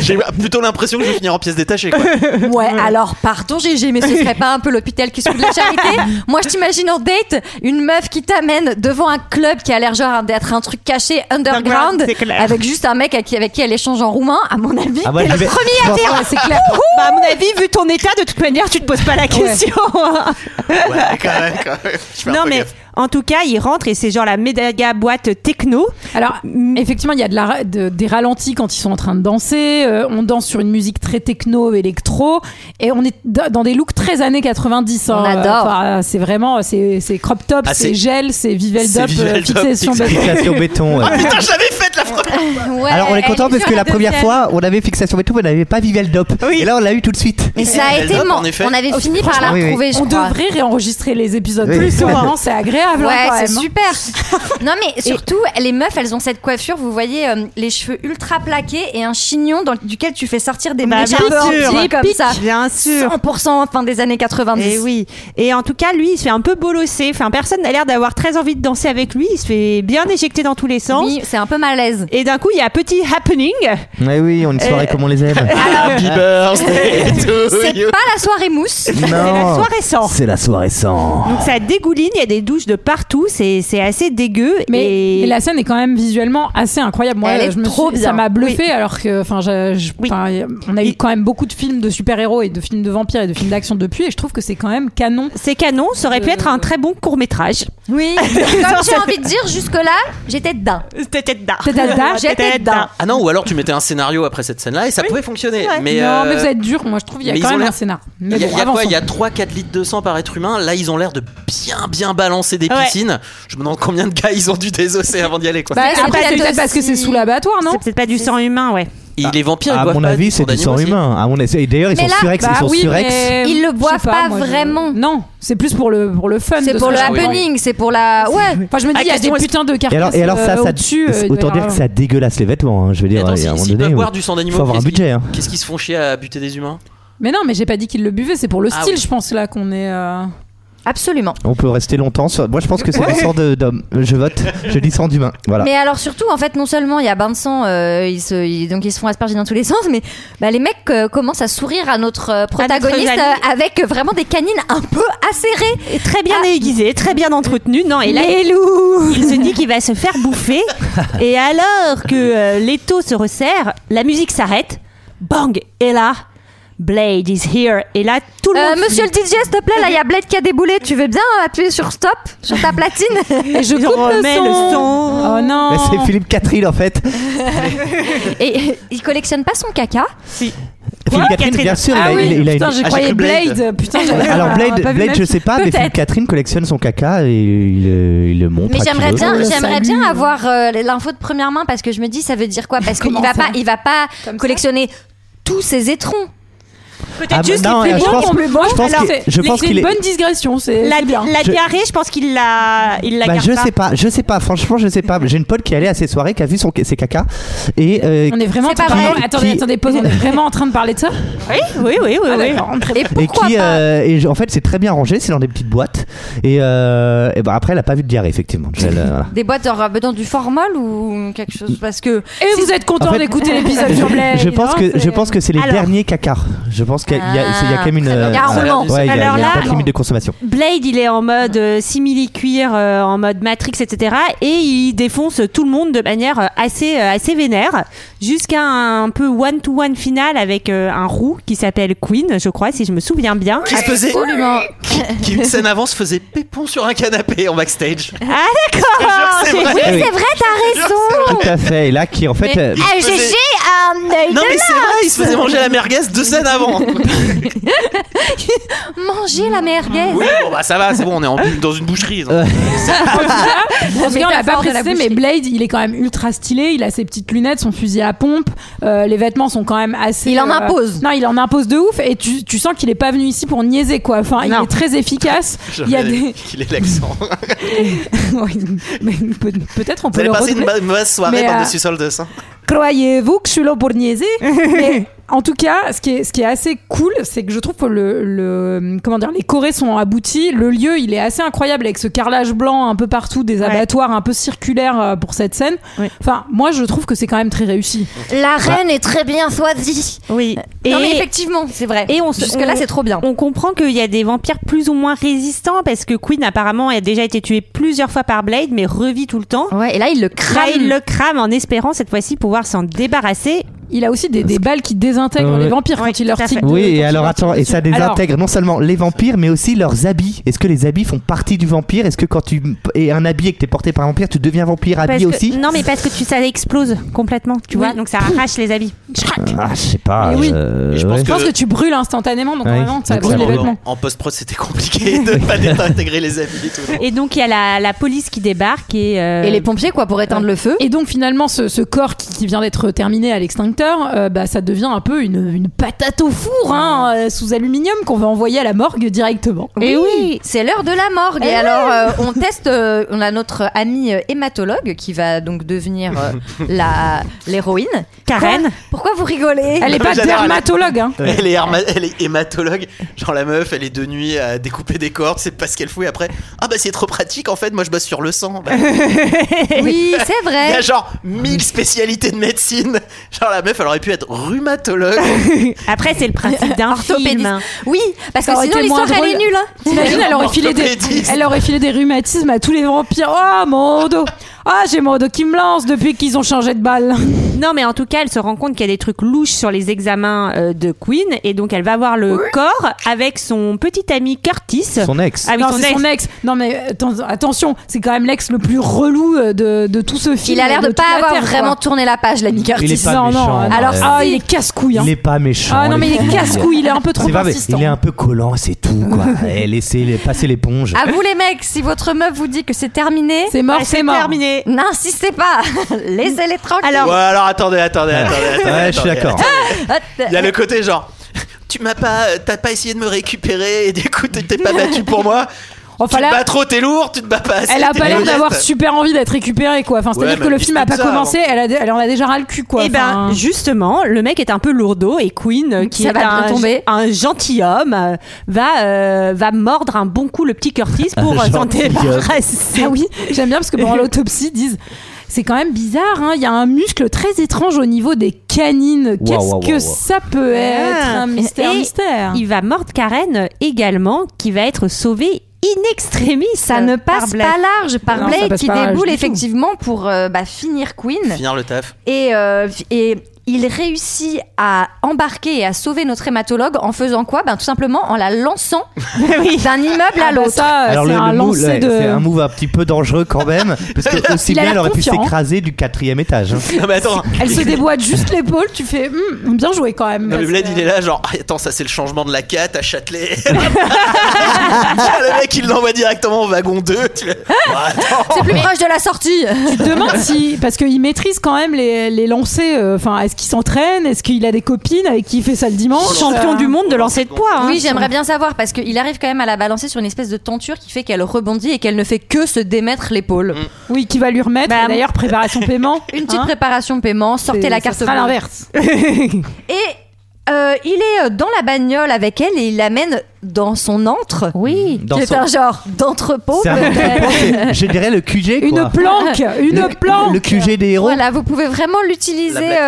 j'ai plutôt l'impression que je vais finir en pièces détachées. Quoi. Ouais, alors pardon GG, mais ce serait pas un peu l'hôpital qui s'occupe de la charité Moi, je t'imagine en date une meuf qui t'amène devant un club qui a l'air genre d'être un truc caché underground, Underground, c'est clair. avec juste un mec avec qui, avec qui elle échange en roumain. À mon avis, Ah ouais, t'es je le vais- premier à je dire. C'est clair. Bah, à mon avis, vu ton état, de toute manière, tu te poses pas la question. hein. Ouais, quand même, quand même. Je fais un non, peu mais gaffe. en tout cas, il rentre et c'est genre la méga boîte techno. Alors, effectivement, il y a de la, ra- de- des ralentis quand ils sont en train de danser. euh, on danse sur une musique très techno, électro. Et on est d- dans des looks très années 90. hein. On adore. Enfin, c'est vraiment, c'est c'est crop top, Ah, c'est- c'est gel, c'est c'est Viveldop, Viveldop, euh, fixation fixation. bébé. Fixation béton. ouais. Putain, je l'avais faite la première Ouais, Alors on est elle content est parce sur que la première deuxième. fois, on avait fixation béton, mais on n'avait pas Viveldop. Et là, on l'a eu tout de suite. Et ça a Elle été dope, man- en effet. On avait fini par Oh, la franchement, oui, oui. retrouver, je On crois. devrait réenregistrer les épisodes Oui. plus souvent, c'est agréable. hein, Ouais, quand c'est même. super. non mais surtout, les meufs, elles ont cette coiffure. Vous voyez, euh, les cheveux ultra plaqués et un chignon dans duquel tu fais sortir des Bah, mèches un peu antiques comme ça. Bien sûr. 100% fin des années 90. Eh Et Eh oui. Et en tout cas, lui, il se fait un peu bolosser. Enfin, personne n'a l'air d'avoir très envie de danser avec lui. Il se fait bien éjecter dans tous les sens. Oui, c'est un peu malaise. Et d'un coup, il y a un petit happening. Ouais, oui, on une soirée comme on les aime. Happy birthday C'est to you. pas la soirée mousse. C'est la soirée sans. C'est la soirée sans. Donc ça dégouline, il y a des douches de partout, c'est c'est assez dégueu. Mais et mais la scène est quand même visuellement assez incroyable. Moi, euh, Elle est je me trop suis- bien. Ça m'a bluffé alors que, enfin, je- je- Oui. enfin, on a eu Il- quand même beaucoup de films de super-héros et de films de vampires et de films d'action depuis, et je trouve que c'est quand même canon. c'est canon, ça aurait pu Euh, être un très bon court métrage. Oui. Comme j'ai envie de dire, jusque-là, j'étais dedans. C'était dedans. C'était dedans. J'étais dedans. Ah non, ou alors tu mettais un scénario après cette scène-là et ça pouvait fonctionner. Mais, non, euh, mais vous êtes dur. Moi, je trouve qu'il y a mais ils quand ont même l'air- un scénar. Mais Il y a, il y bon, a quoi avançons. Il y a 3-4 litres de sang par être humain. Là, ils ont l'air de bien, bien balancer des Ouais. piscines. Je me demande combien de gars ils ont dû désosser avant d'y aller. Quoi. Bah, c'est Après, c'est peut-être peut-être parce que aussi- c'est sous l'abattoir, non C'est peut-être pas du sang humain, ouais. Et les vampires, ils À boivent mon pas avis, c'est sang du sang d'animaux humain. À mon avis. Et d'ailleurs, ils Mais sont là- surex, ils sont surex. bah mais- Ils je le sais boivent pas je- vraiment. Non, c'est plus pour le pour le fun. C'est de pour se le faire- oui, oui. happening, c'est pour la. Ouais. Enfin, je me dis, il y a des question, est-ce- putains de Et carcasses alors, et alors ça, euh, ça au-dessus. euh, il doit autant y dire avoir- que ça dégueulasse les vêtements. hein. Je veux Mais dire, attends, il y s'ils a un moment s'ils peuvent donné, boire où- du sang faut d'animaux, avoir un qu'est-ce qu'ils- budget. hein. qu'est-ce qu'ils se font chier à buter des humains Mais non, mais j'ai pas dit qu'il le buvait. C'est pour le Ah style, oui. je pense là qu'on est. euh, Absolument. On peut rester longtemps. sur- Moi, je pense que c'est du sang de- d'homme. Je vote. Je dis sang d'humain. Voilà. Mais alors surtout, en fait, non seulement il y a bain de sang, euh, ils se, ils- donc ils se font asperger dans tous les sens, mais bah, les mecs euh, commencent à sourire à notre euh, protagoniste ami. euh, avec euh, vraiment des canines un peu acérées. Et très Ah. bien aiguisé, très bien entretenu. Non, et là, il se dit qu'il va se faire bouffer. et alors que euh, l'étau se resserre, la musique s'arrête. Bang Et là, Blade is here. Et là, tout le Euh, monde. monsieur le DJ, s'il te plaît, là il y a Blade qui a déboulé, tu veux bien euh, appuyer sur stop sur ta platine Et je Il coupe remet le le son. son. Oh non. Mais c'est Philippe Catherine en fait. Et euh, il collectionne pas son caca. Philippe Catherine, Catherine. bien sûr, Ah il, a, oui, il a- il a putain, une. j'ai Ah, croyé j'ai cru Blade. Blade. Putain, Ouais, j'avais- Alors on a Blade, pas vu Blade le je même. sais pas, mais Philippe Peut-être. Catherine collectionne son caca et il, euh, il le montre. à Mais qui j'aimerais veut. On bien, le j'aimerais salue. bien avoir euh, l'info de première main parce que je me dis ça veut dire quoi Parce qu'il Comment va ça pas, il va pas Comme ça collectionner tous ses étrons. Ah, Peut-être juste non, qu'il fait je bon pense qu'on que- le mange. je pense Alors, qu'il- c'est- je pense C'est qu'il une est- bonne digression, c'est La, c'est bien. la Je- diarrhée, je pense qu'il la, il la Bah, garde je pas. sais pas, je sais pas, franchement, je sais pas. J'ai une pote qui est allée à ses soirées, qui a vu son, ses caca et euh, On est vraiment C'est en pas train- vrai. Attendez, Qui- attendez, pause. On est vraiment en train de parler de ça Oui, oui, oui, oui. Ah, oui. d'accord. Et et pourquoi qui pas euh, et je- en fait c'est très bien rangé, c'est dans des petites boîtes et, euh, et bah, après elle a pas vu de diarrhée effectivement. Je- elle, euh, voilà. Des boîtes en dans du formol ou quelque chose Parce que Et vous êtes content En fait- d'écouter l'épisode sur Blade je pense hein, que c'est- je pense que c'est les Alors. derniers caca. Je pense que qu'il y, a- il y a- c'est- il y a quand même une. Il y a un euh, roulement. ouais, il y a- il y a Alors une là- forte limite de consommation. Blade, il est en mode euh, simili-cuir, euh, en mode Matrix, etc. Et il défonce tout le monde de manière euh, assez, euh, assez vénère, jusqu'à un peu one-to-one final avec euh, un roux qui s'appelle Queen, je crois, si je me souviens bien. Qui se faisait, Absolument. qui une scène avant se faisait pépon sur un canapé en backstage. Ah d'accord c'est vrai. Oui, Eh oui. c'est vrai, t'as raison. Tout à fait. Et là, qui en fait. Mais- euh, Ah, euh, faisait- GG, un œil Non mais c'est vrai, il se faisait manger la merguez deux scènes avant. de manger la merguez. Oui, bon bah ça va, c'est bon, on est en, dans une boucherie. Euh, En tout cas, on l'a pas Métaphore de la précisé, mais boucherie. Blade, il est quand même ultra stylé. Il a ses petites lunettes, son fusil à pompe. euh, les vêtements sont quand même assez. Il en euh, impose. Non, il en impose de ouf. Et tu, tu sens qu'il est pas venu ici pour niaiser, quoi. Enfin, il Non. est très efficace. il y a des. Qu'il est l'accent. Vous Ouais, mais peut- Peut-être on peut allez le passer une redoubler. ba- mauvaise soirée Mais, dans euh, de Soldes. hein. Croyez-vous que je suis là pour niaiser Mais en tout cas, ce qui est, ce qui est assez cool, c'est que je trouve que le, le- comment dire, les Corées sont aboutis. Le lieu, il est assez incroyable avec ce carrelage blanc un peu partout, des abattoirs un peu circulaires euh, pour cette scène. Ouais. Enfin, moi, je trouve que c'est quand même très réussi. La reine est très bien choisie. Oui. Non mais Et effectivement, c'est vrai. et on se- Jusque là, on- c'est trop bien. on comprend qu'il y a des vampires plus ou moins résistants, parce que Queen, apparemment, a déjà été tué plusieurs fois par Blade, mais revit tout le temps. Ouais, et là, il Là, le crame. il le crame en espérant cette fois-ci pouvoir s'en débarrasser. Il a aussi des, des balles qui désintègrent Ouais. les vampires Ouais, quand il leur tout à tire. fait. Oui, et alors attends, et ça Alors- désintègre non seulement les vampires, mais aussi leurs habits. Est-ce que les habits font partie du vampire Est-ce que quand tu es un habit et que t'es porté par un vampire, tu deviens vampire Parce habillé que- aussi Non, mais parce que tu, ça explose complètement, tu Oui. vois, donc ça arrache les habits. Ah, je sais pas. Mais oui. euh, Je pense ouais. Je pense que tu brûles instantanément, donc Ouais. vraiment, ça Donc, brûle ça les brûle. vêtements. En post-prod, c'était compliqué de pas désintégrer les habits et tout. Et donc il y a la, la police qui débarque et, euh, Et les pompiers, quoi, pour éteindre le feu. Et donc finalement, ce, ce corps qui, qui vient d'être terminé à l'extincteur, euh, bah, ça devient un peu une, une patate au four hein, euh, sous aluminium qu'on va envoyer à la morgue directement. Et Ah. oui, c'est l'heure de la morgue. Et, alors, euh, on teste. euh, on a notre amie euh, hématologue qui va donc devenir euh, la l'héroïne. Karen. Pourquoi vous rigolez Elle est pas J'adore, elle est- dermatologue. Hein. Elle est, herma- elle est hématologue. Genre la meuf, elle est de nuit à découper des corps, c'est pas ce qu'elle fout. Et après, ah bah c'est trop pratique en fait, moi je bosse sur le sang. Bah, Oui, c'est Il y a vrai. genre 1000 spécialités de médecine. Genre la meuf, elle aurait pu être rhumatologue. Après c'est le principe d'un Orthopédiste. film. Oui, parce que Ça aurait sinon été l'histoire moins elle est drôle. nulle. hein. T'imagines, elle aurait filé des, Orthopédiste. elle aurait filé des rhumatismes à tous les vampires. Oh mon dos, ah j'ai mon dos qui me lance depuis qu'ils ont changé de balle. Non mais en tout cas elle se rend compte qu'il y a des trucs louches sur les examens euh, de Queen et donc elle va voir le corps avec son petit ami Curtis. Son ex. Ah oui non, son c'est ex. son ex. Non mais atten- attention, c'est quand même l'ex le plus relou euh, de, de tout ce film. Il a l'air de toute pas la avoir Terre, quoi. vraiment tourné la page, l'ami Curtis. Il est pas Non, non, méchant, euh, euh, Alors ah, si. il est casse couille. Il est pas méchant. Ah non, mais il est cool. casse-couille, il est un peu trop C'est pas- insistant. il est un peu collant, c'est tout. Quoi. Eh, laissez les- passer l'éponge. Ah. À vous les mecs, si votre meuf vous dit que c'est terminé, C'est mort, Ah, c'est mort. terminé. n'insistez pas. Laissez-les tranquilles. Alors- Ouais, alors attendez, attendez, attendez. attendez, Ouais, je suis attendez. d'accord. Hop. Il y a le côté genre, tu m'as pas, euh, t'as pas essayé de me récupérer et du coup t'es t'es pas battu pour moi. Enfin tu te bats là, trop, t'es lourd, tu te bats pas assez. elle a t'es pas l'air honnête. d'avoir super envie d'être récupérée quoi. Enfin, Ouais, c'est-à-dire mais que le elle film a pas explique ça commencé, hein. elle, a, dé- elle en a déjà ras le cul quoi. Et ben Enfin, justement, le mec est un peu lourdeau et Queen, euh, qui Ça est va bien un, tomber. un gentilhomme, euh, va euh, va mordre un bon coup le petit Curtis pour euh, s'en gentilhomme. débarrasser. Ah oui, j'aime bien parce que pendant l'autopsie ils disent c'est quand même bizarre, hein, il y a un muscle très étrange au niveau des canines. Qu'est-ce waouh, que waouh. ça peut être Un mystère, Et mystère. Il va mordre Karen également, qui va être sauvée in extremis. Ça ne passe pas large par Euh, Non, ça Blade passe qui pas large déboule du tout. effectivement pour euh, bah, finir Queen. Finir hein, le taf. Et, euh, et il réussit à embarquer et à sauver notre hématologue en faisant quoi ben, Tout simplement en la lançant d'un immeuble à Ah, bah, l'autre. ça, euh, Alors c'est le, un le move, lancer ouais, de. c'est un move un petit peu dangereux quand même, parce que aussi Il a bien l'air elle aurait pu confiant. s'écraser du quatrième étage. hein. Non mais attends, Elle se déboîte juste l'épaule, tu fais Hum, bien joué quand même. non, mais Parce Blade que- il est là genre, Ah, attends ça c'est le changement de la 4 à Châtelet. Ah, le mec il l'envoie directement au wagon 2. Tu fais, Oh, attends. C'est plus proche de la sortie. te demande si parce qu'il maîtrise quand même les, les lancers euh, enfin est-ce qu'il s'entraîne est-ce qu'il a des copines avec qui il fait ça le Oh, dimanche Champion Euh, du monde de lancer de poids. hein. oui, j'aimerais bien savoir parce qu'il arrive quand même à la balancer sur une espèce de tenture qui fait qu'elle rebondit et qu'elle ne fait que se démettre l'épaule. Mm. oui qui va lui remettre Bah, Et d'ailleurs préparation paiement Une petite hein, préparation paiement, sortez c'est- la ça carte sera bleue. l'inverse Et euh, il est euh, dans la bagnole avec elle et il l'amène dans son antre. Oui. Dans qui est son- un genre d'entrepôt. C'est un- peut-être. je dirais le QG Oh, bah, une quoi. planque une le, planque le QG des héros. Voilà, vous pouvez vraiment La l'utiliser, Black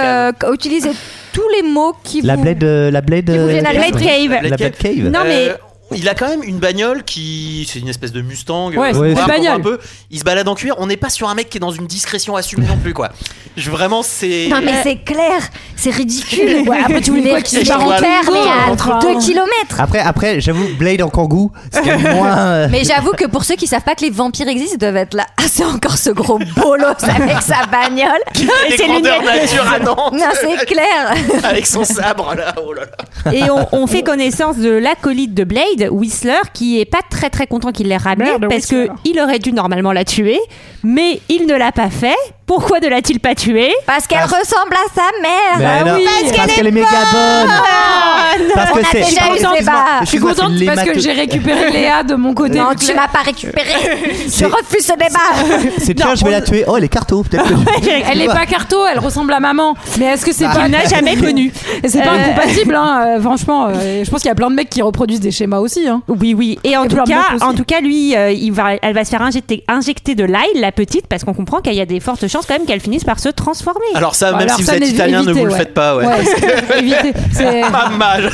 euh, utiliser tous les mots qui La vous... blade. euh, la blade. vous viennent à euh, l'esprit. Cave. La Blade La Blade Cave. Non, mais- il a quand même une bagnole qui. C'est une espèce de Mustang. Ouais, euh, c'est une noire, bagnole. un peu. Il se balade en cuir. On n'est pas sur un mec qui est dans une discrétion assumée non plus, quoi. Je, vraiment, c'est. Non mais c'est clair, c'est ridicule. Euh, Ouais, après, tu voulais Les quoi mecs qu'il qui se barre en sont clairs, tango, mais enfin. à 2 km. Après, après, j'avoue, Blade en kangou, c'était moins. euh, Mais j'avoue que pour ceux qui savent pas que les vampires existent, ils doivent être là. Ah, c'est encore ce gros bolos avec sa bagnole. des grandeurs nature à Nantes Non, c'est clair. avec son sabre là. Oh là là. Et on, on fait connaissance de l'acolyte de Blade, Whistler, qui est pas très très content qu'il l'ait ramené Merde, parce que Whistler. il aurait dû normalement la tuer, mais il ne l'a pas fait. Pourquoi ne l'a-t-il pas tuée Parce qu'elle ressemble à sa mère. Ah mais non, oui, parce, qu'elle est méga bonne. Parce On que a c'est. déjà pardon, eu ce excuse-moi, débat. Je suis excuse-moi, contente c'est parce que l'hémato- j'ai récupéré Léa de mon côté. Non, Donc, tu Léa- m'as pas récupéré. Je refuse ce débat. C'est bien, je vais la tuer. Oh, elle est carto. Peut-être que je- Elle est pas carto, elle ressemble à maman. Mais est-ce que c'est pas. Il n'a jamais connu. Bah, Et c'est pas Euh. incompatible, hein, euh, franchement. euh, je pense qu'il y a plein de mecs qui reproduisent des schémas aussi. hein. Oui, oui. Et en Et tout plein de cas, meufs aussi. en tout cas, lui, euh, il va, elle va se faire injecter, injecter de l'ail, la petite, parce qu'on comprend qu'il y a des fortes chances quand même qu'elle finisse par se transformer. Alors ça, Ah, Bon, même alors si vous ça, êtes n'hé- italien, ne évitez, vous le ouais. faites pas. Ouais. Ouais, c'est- évitez. C'est- Pas mal.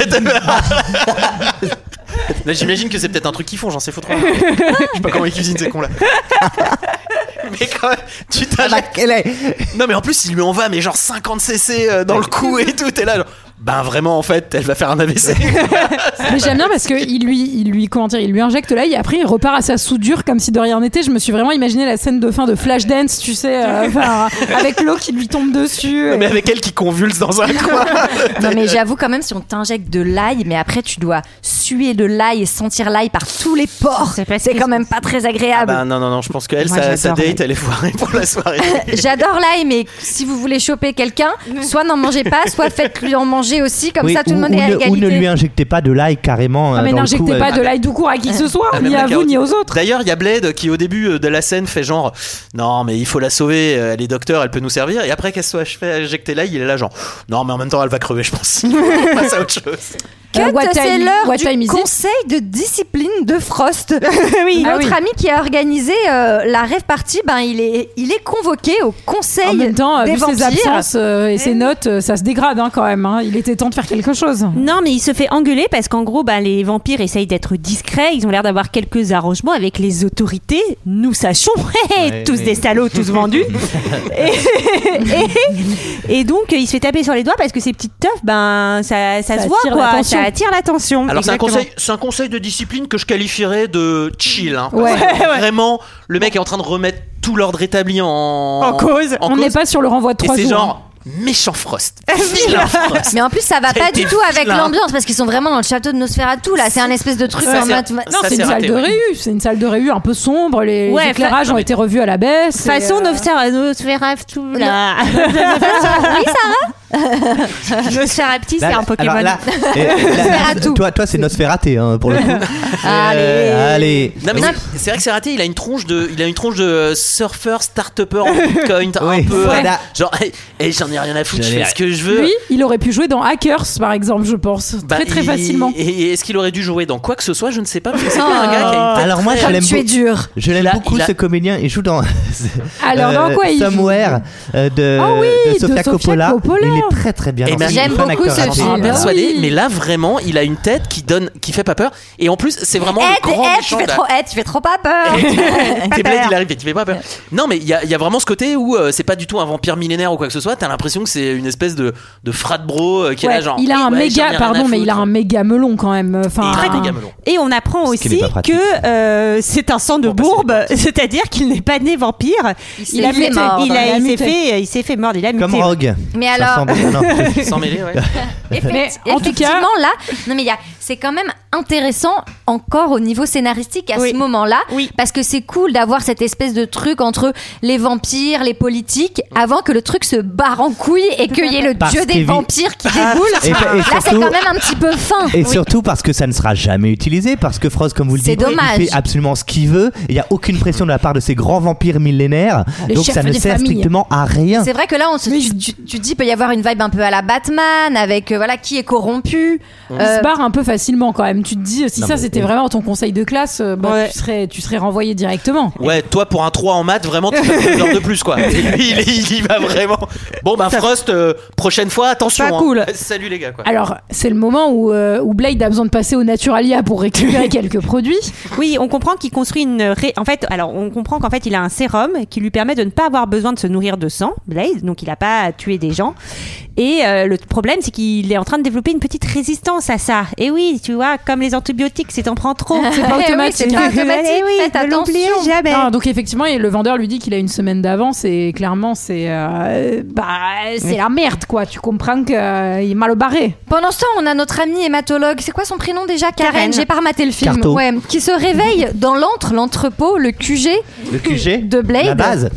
Mais J'imagine que c'est peut-être un truc qu'ils font, j'en sais foutre. rien. Je sais pas comment ils cuisinent ces cons là. Mais quand même, tu Ah, bah, t'injectes. elle est- Non, mais en plus, il lui en va, mais genre 50 cc euh, dans le cou et tout. T'es là, genre, ben vraiment, en fait, elle va faire un AVC. Mais j'aime bien parce que il lui, il lui, comment dire, il lui injecte l'ail et après il repart à sa soudure comme si de rien n'était. Je me suis vraiment imaginé la scène de fin de Flashdance, tu sais, euh, enfin, avec l'eau qui lui tombe dessus. mais avec elle qui convulse dans un coin. Non, mais j'avoue quand même, si on t'injecte de l'ail, mais après tu dois suer de l'ail et sentir l'ail par tous les pores. C'est pas ce C'est qui quand se même pas très Ah agréable. bah non, non, non, je pense qu'elle, Moi, sa, j'adore, sa date, mais- elle est foirée pour la soirée. J'adore l'ail, mais si vous voulez choper quelqu'un, soit n'en mangez pas, soit faites-lui en manger aussi, comme Oui, ça tout ou- le monde ou est à ne- Ou ne lui égalité. injectez pas de l'ail carrément. Ah, euh, mais dans le cou, n'injectez euh, pas de l'ail tout court à qui que ce soit, Ah, même ni la à vous carotte. ni aux autres. D'ailleurs, il y a Blade qui, au début euh, de la scène, fait genre Non, mais il faut la sauver, euh, elle est docteur, elle peut nous servir. Et après qu'elle soit achevée- injectée là, il est là, genre Non, mais en même temps, elle va crever, je pense. On passe à autre chose. Euh, what Cut, c'est time- l'heure what time du is it conseil de discipline de Frost. Ah Notre oui. ami qui a organisé euh, la rêve party, ben, il, est, il est convoqué au conseil En même temps, euh, des vu ses vampires. absences euh, et ses notes, euh, ça se dégrade hein, quand même. hein. Il était temps de faire quelque chose. Non, mais il se fait engueuler parce qu'en gros, bah, les vampires essayent d'être discrets. Ils ont l'air d'avoir quelques arrangements avec les autorités. Nous sachons, Hé, hé, Ouais, tous mais- des salauds, tous vendus. et, et donc, il se fait taper sur les doigts parce que ces petites teufs, ben, ça, ça Ça se voit, attire quoi. l'attention. Ça attire l'attention. Alors, c'est un, Exactement. conseil, c'est un conseil de discipline que je qualifierais de chill. hein, parce Ouais. que Vraiment, le mec est en train de remettre tout l'ordre établi en, En cause. en On cause. n'est pas sur le renvoi de Et trois c'est jours. hein. genre méchant Frost. Vilain Frost. Mais en plus, ça va Ça a pas été du tout avec vilain. l'ambiance parce qu'ils sont vraiment dans le château de Nosferatu là. C'est un espèce de truc Ça, en c'est- mode. Non, Ça, c'est c'est une salle raté, de ouais. réu. C'est une salle de réu un peu sombre. Les, Ouais, les éclairages ont été revus à la baisse. De toute façon, et, euh, nos faire nos faire tout là. Nos faire petit, c'est là- un Pokémon. Bah, alors là, et- là- toi, toi, c'est Nosferaté hein, pour le coup. Allez. Euh, allez. Non, mais c'est- c'est vrai que c'est raté. Il a une tronche de, il a une tronche de euh, surfeur, start-upper en bitcoin, un Oui, peu. ouais. euh, Genre, hey, hey, j'en ai rien à foutre, J'en je ai fais rien. ce que je veux. Lui, il aurait pu jouer dans Hackers, par exemple, je pense. Bah, très, très il- facilement. Et, et est-ce qu'il aurait dû jouer dans quoi que ce soit Je ne sais pas. parce que c'est Oh. pas un gars qui a une tête Alors moi, très- je l'aime tu es beaucoup. dur. Je l'aime Il a- beaucoup il a- ce comédien, il joue dans Alors, dans euh, quoi il joue Somewhere euh, de, Ah oui, de de Sofia Sofia Coppola. Coppola. Il est très très bien. Et dans ben, ce j'aime film. beaucoup Fan ce acteur, J'en suis film. actrice. bah persuadé, oui. mais là vraiment, il a une tête qui donne, qui fait pas peur. Et en plus, c'est vraiment Ed, Eh, le grand Ed, Eh, tu méchant fais de la- trop, Ed, tu fais trop pas peur. T'es bled, il arrive et tu fais pas peur. Non, mais il y a, il y a vraiment ce côté où euh, c'est pas du tout un vampire millénaire ou quoi que ce soit. T'as l'impression que c'est une espèce de, de frat bro euh, qui est Ouais, là, genre. il a un ouais, j'en ai méga, rien à pardon, mais foutre. il a un méga melon quand même. Enfin, euh, Très méga melon. Et on apprend Ce qui n'est aussi pas pratique. que euh, c'est un sang de Bon, bah, c'est bourbe, c'est-à-dire qu'il n'est pas né vampire. s'est fait muté- mordre. il a- Il a il s'est muté. fait, il s'est fait mordre. Il a Comme muté. Rogue. Mais Ça alors, ressemble- non, je- Sans mêler, ouais. Effecti- Mais en tout cas- effectivement, là, non mais il y a, c'est quand même intéressant encore au niveau scénaristique à Oui. ce moment-là, Oui. parce que c'est cool d'avoir cette espèce de truc entre les vampires, les politiques, avant que le truc se barre en couille et qu'il y ait le Parce dieu des qu'évi- vampires qui déboule. Ah, Et- et là, c'est surtout- quand même un petit peu fin. Et surtout parce que ça ne sera jamais utilisé, parce que Frost, comme vous le C'est dites, dommage. il fait absolument ce qu'il veut. Il n'y a aucune pression de la part de ces grands vampires millénaires, Le donc chef ça ne des sert familles. strictement à rien. C'est vrai que là, on se, tu, tu, tu dis, peut y avoir une vibe un peu à la Batman, avec euh, voilà qui est corrompu. il se barre un peu facilement quand même. Tu te dis, si Non, ça mais- c'était vraiment ton conseil de classe, euh, bah, tu, serais, tu serais renvoyé directement. Ouais, toi pour un 3 en maths, vraiment, tu as une heure de plus quoi. Et lui, il, il y va vraiment. Bon, bah Frost, euh, prochaine fois, attention. Pas hein. cool. Salut les gars quoi. Alors, c'est le moment où, euh, où Blade a besoin de passer au Naturalia pour récupérer quelques produits. Oui, on comprend qu'il construit une. ré- En fait, alors on comprend qu'en fait il a un sérum qui lui permet de ne pas avoir besoin de se nourrir de sang, Blaze. Donc il n'a pas à tuer des gens. Et euh, le problème, c'est qu'il est en train de développer une petite résistance à ça. Et oui, tu vois, comme les antibiotiques, si t'en prends trop, c'est pas Eh oui, automatique. c'est pas automatique. Eh oui, Faites ne l'oubliez attention. jamais. Ah, donc effectivement, et le vendeur lui dit qu'il a une semaine d'avance et clairement c'est euh, bah c'est la merde quoi. Tu comprends qu'il est mal barré. Pendant ce temps, on a notre amie hématologue. C'est quoi son prénom déjà Karen. Karen. J'ai pas rematé le film. Carto. Ouais. Qui se réveille dans l'antre, l'entrepôt, le QG Le QG de Blade. La base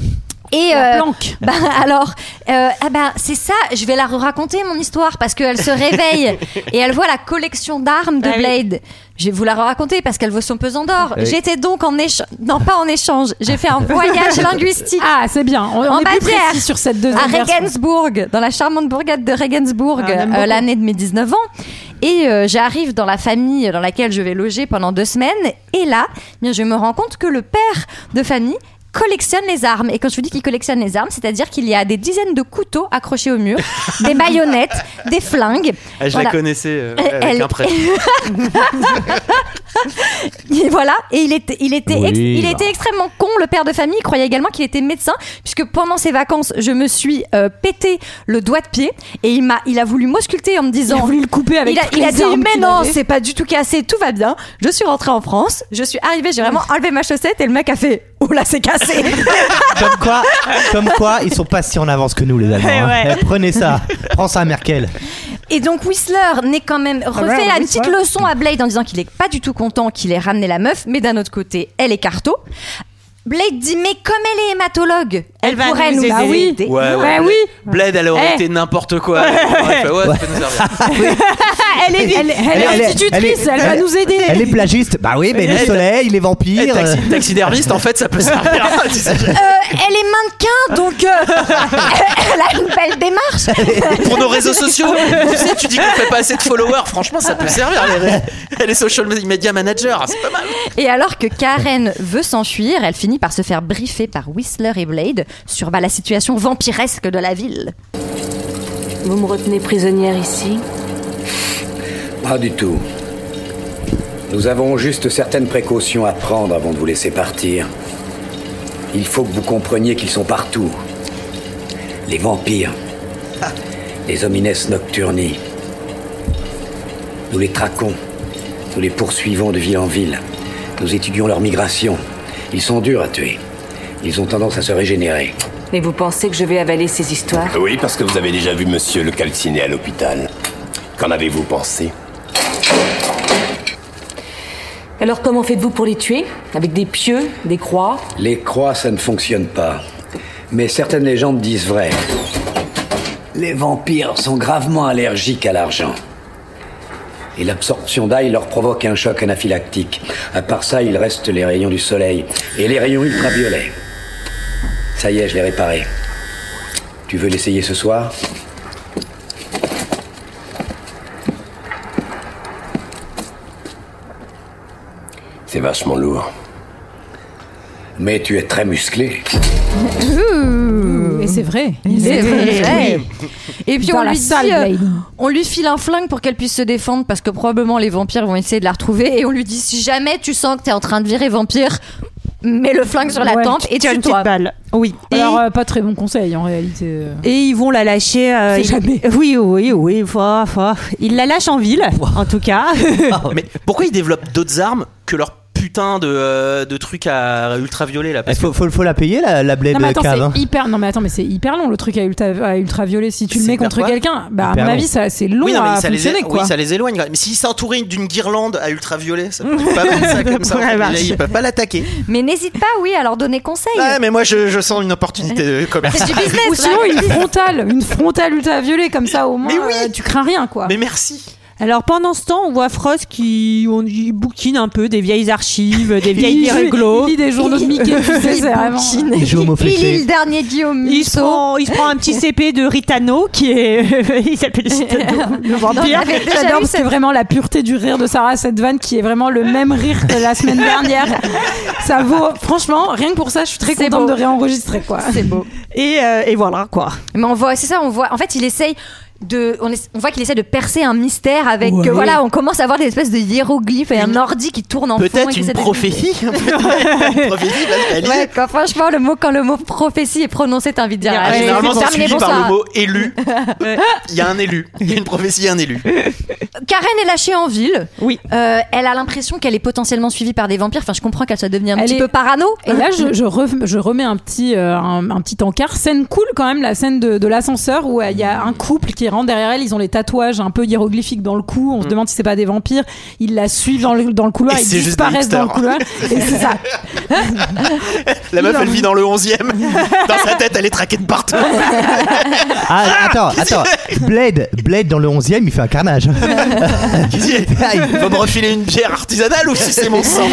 Et La euh, planque. bah, alors, euh, ah bah, c'est ça, je vais la raconter mon histoire parce qu'elle se réveille et elle voit la collection d'armes de Ah oui. Blade. Je vais vous la raconter parce qu'elle veut son pesant d'or. Oui. J'étais donc en échange, non pas en échange, j'ai fait un voyage linguistique Ah c'est bien. On, on En est plus Bavière. précis sur cette deuxième à version. Regensburg, dans la charmante bourgade de Regensburg, Ah, on aime euh, beaucoup. l'année de mes 19 ans. Et euh, j'arrive dans la famille dans laquelle je vais loger pendant deux semaines. Et là, eh bien, je me rends compte que le père de famille collectionne les armes. Et quand je vous dis qu'il collectionne les armes, c'est-à-dire qu'il y a des dizaines de couteaux accrochés au mur, des baïonnettes, des flingues. Ah, je Voilà. la connaissais euh, Elle- avec un prêtre. Et voilà, et il était, il était, Oui, ex- il bah. était extrêmement con, le père de famille. Il croyait également qu'il était médecin, puisque pendant ses vacances, je me suis euh, pété le doigt de pied et il m'a, il a voulu m'ausculter en me Ils disant. ont voulu le couper avec il a, toutes il a les dit armes mais qu'il non avait. c'est pas du tout cassé tout va bien je suis rentrée en France je suis arrivée j'ai vraiment enlevé ma chaussette et le mec a fait oh là c'est cassé Comme quoi, comme quoi, ils sont pas si en avance que nous, les Allemands. hein. Ouais. Eh, Prenez ça. Prends ça, Merkel. et donc Whistler n'est quand même refait ouais, la Whistler. petite leçon à Blade en disant qu'il est pas du tout content qu'il ait ramené la meuf mais d'un autre côté elle est carto Blade dit mais comme elle est hématologue elle, Elle va pourrait nous nous, aider. Ah oui. aider. Ouais, ouais. Ouais, oui. Blade, elle aurait Eh. été n'importe quoi. Bah Ouais, ouais, ça peut nous servir. Ah, elle est, elle, elle est Elle est- institutrice. elle est- Elle, va elle- nous aider. Elle est plagiste. Bah oui, mais le soleil, euh, il est Eh, vampire. taxi- taxidermiste, en fait, ça peut servir. Tu sais, Euh, elle est mannequin donc euh, elle a une belle démarche Pour nos réseaux sociaux, tu sais, tu dis qu'on fait pas assez de followers. Franchement, ça peut servir. Elle est, elle est social media manager. C'est pas mal. Et alors que Karen veut s'enfuir, elle finit par se faire briefer par Whistler et Blade sur bah, la situation vampiresque de la ville. Vous me retenez prisonnière ici Pas du tout. Nous avons juste certaines précautions à prendre avant de vous laisser partir. Il faut que vous compreniez qu'ils sont partout. Les vampires, les homines nocturni. Nous les traquons, nous les poursuivons de ville en ville. Nous étudions leur migration. Ils sont durs à tuer. Ils ont tendance à se régénérer. Mais vous pensez que je vais avaler ces histoires Oui, parce que vous avez déjà vu monsieur le calciné à l'hôpital. Qu'en avez-vous pensé Alors comment faites-vous pour les tuer Avec des pieux, des croix Les croix, ça ne fonctionne pas. Mais certaines légendes disent vrai. Les vampires sont gravement allergiques à l'argent. Et l'absorption d'ail leur provoque un choc anaphylactique. À part ça, il reste les rayons du soleil et les rayons ultraviolets. Ça y est, je l'ai réparé. Tu veux l'essayer ce soir C'est vachement lourd. Mais tu es très musclé. Et c'est vrai. Il C'est est vrai. Et puis Dans on la lui, salle, dit, euh, Blade. on lui file un flingue pour qu'elle puisse se défendre parce que probablement les vampires vont essayer de la retrouver. Et on lui dit si jamais tu sens que t'es en train de virer vampire, mets le flingue sur la Ouais, tempe et Tu as une tue-toi. petite balle. Oui. Et- Alors euh, pas très bon conseil en réalité. euh. Et ils vont la lâcher. euh, C'est ils- jamais. Oui, oui, oui. Fois, fois. Ils la lâchent en ville, en tout cas. Mais pourquoi ils développent d'autres armes que leur putain de, euh, de truc à ultraviolet là Il parce que- faut, faut, faut la payer, la, la blade Non mais attends, cave. hein. c'est hyper. Non mais attends, mais c'est hyper long le truc à, ultra- à ultraviolet. Si tu le C'est mets hyper contre quoi quelqu'un, bah à Hyper mon long. avis ça c'est long Oui, non, mais à ça les, fonctionner é- quoi. oui, ça les éloigne. quand même. Mais s'ils s'entouraient d'une guirlande à ultraviolet, ça peut être pas mal ça comme ça. bah. Ouais, vache. Ils peuvent pas l'attaquer. Mais n'hésite pas, oui, à leur donner conseil. Ouais, mais moi, je, je sens une opportunité de commerce. C'est du business. Ou là. sinon une frontale, une frontale ultraviolet comme ça au moins. Mais oui. euh, tu crains rien quoi. Mais merci. Alors pendant ce temps, on voit Frost qui on, il bouquine un peu des vieilles archives, des vieilles il, réglos. il lit des journaux de Mickey, tu sais, c'est vraiment. Les jeux Il homoflexés. lit le dernier Guillaume Il se, Musso. prend, il se prend un petit CP de Ritano qui est. il s'appelle Ritano, le vampire. Non, mais- Déjà J'adore vu parce que vraiment la pureté du rire de Sarah cette vanne qui est vraiment le même rire que la semaine dernière. Ça vaut franchement rien que pour ça je suis très C'est contente beau. de réenregistrer quoi. C'est beau. Et, euh, et voilà quoi. Mais on voit, c'est ça, on voit. En fait, il essaye de, on, es- on voit qu'il essaie de percer un mystère avec, Ouais. euh, voilà, on commence à voir des espèces de hiéroglyphes et un ordi qui tourne en fond. et Peut-être qui une essaie de- prophétie. Une prophétie, bah, parce qu'elle Ouais, est- quand- franchement, le mot, quand le mot prophétie est prononcé, t'as envie de dire. ah, c'est Généralement, bon, c'est terminé, suivi par bonsoir. le mot élu. Il y a un élu. Il y a une prophétie, il y a un élu. Karen est lâchée en ville. Oui. Euh, elle a l'impression qu'elle est potentiellement suivie par des vampires. Enfin, je comprends qu'elle soit devenue un Elle petit est- peu parano. Et là, je, je, re- je remets un petit, euh, un, un petit encart. Scène cool quand même, la scène de, de l'ascenseur où euh, il y a un couple qui rentre derrière elle. Ils ont les tatouages un peu hiéroglyphiques dans le cou. On se demande si c'est pas des vampires. Ils la suivent dans le, dans le couloir. Mm. Et ils c'est juste des disparaissent dans le couloir. hipsters. Et c'est ça. La meuf, Non. elle vit dans le 11 e Dans sa tête, elle est traquée de partout. Ah, attends, attends. Blade, Blade dans le 11ème, il fait un carnage. Il dit, va me refiler une bière artisanale ou si c'est mon sang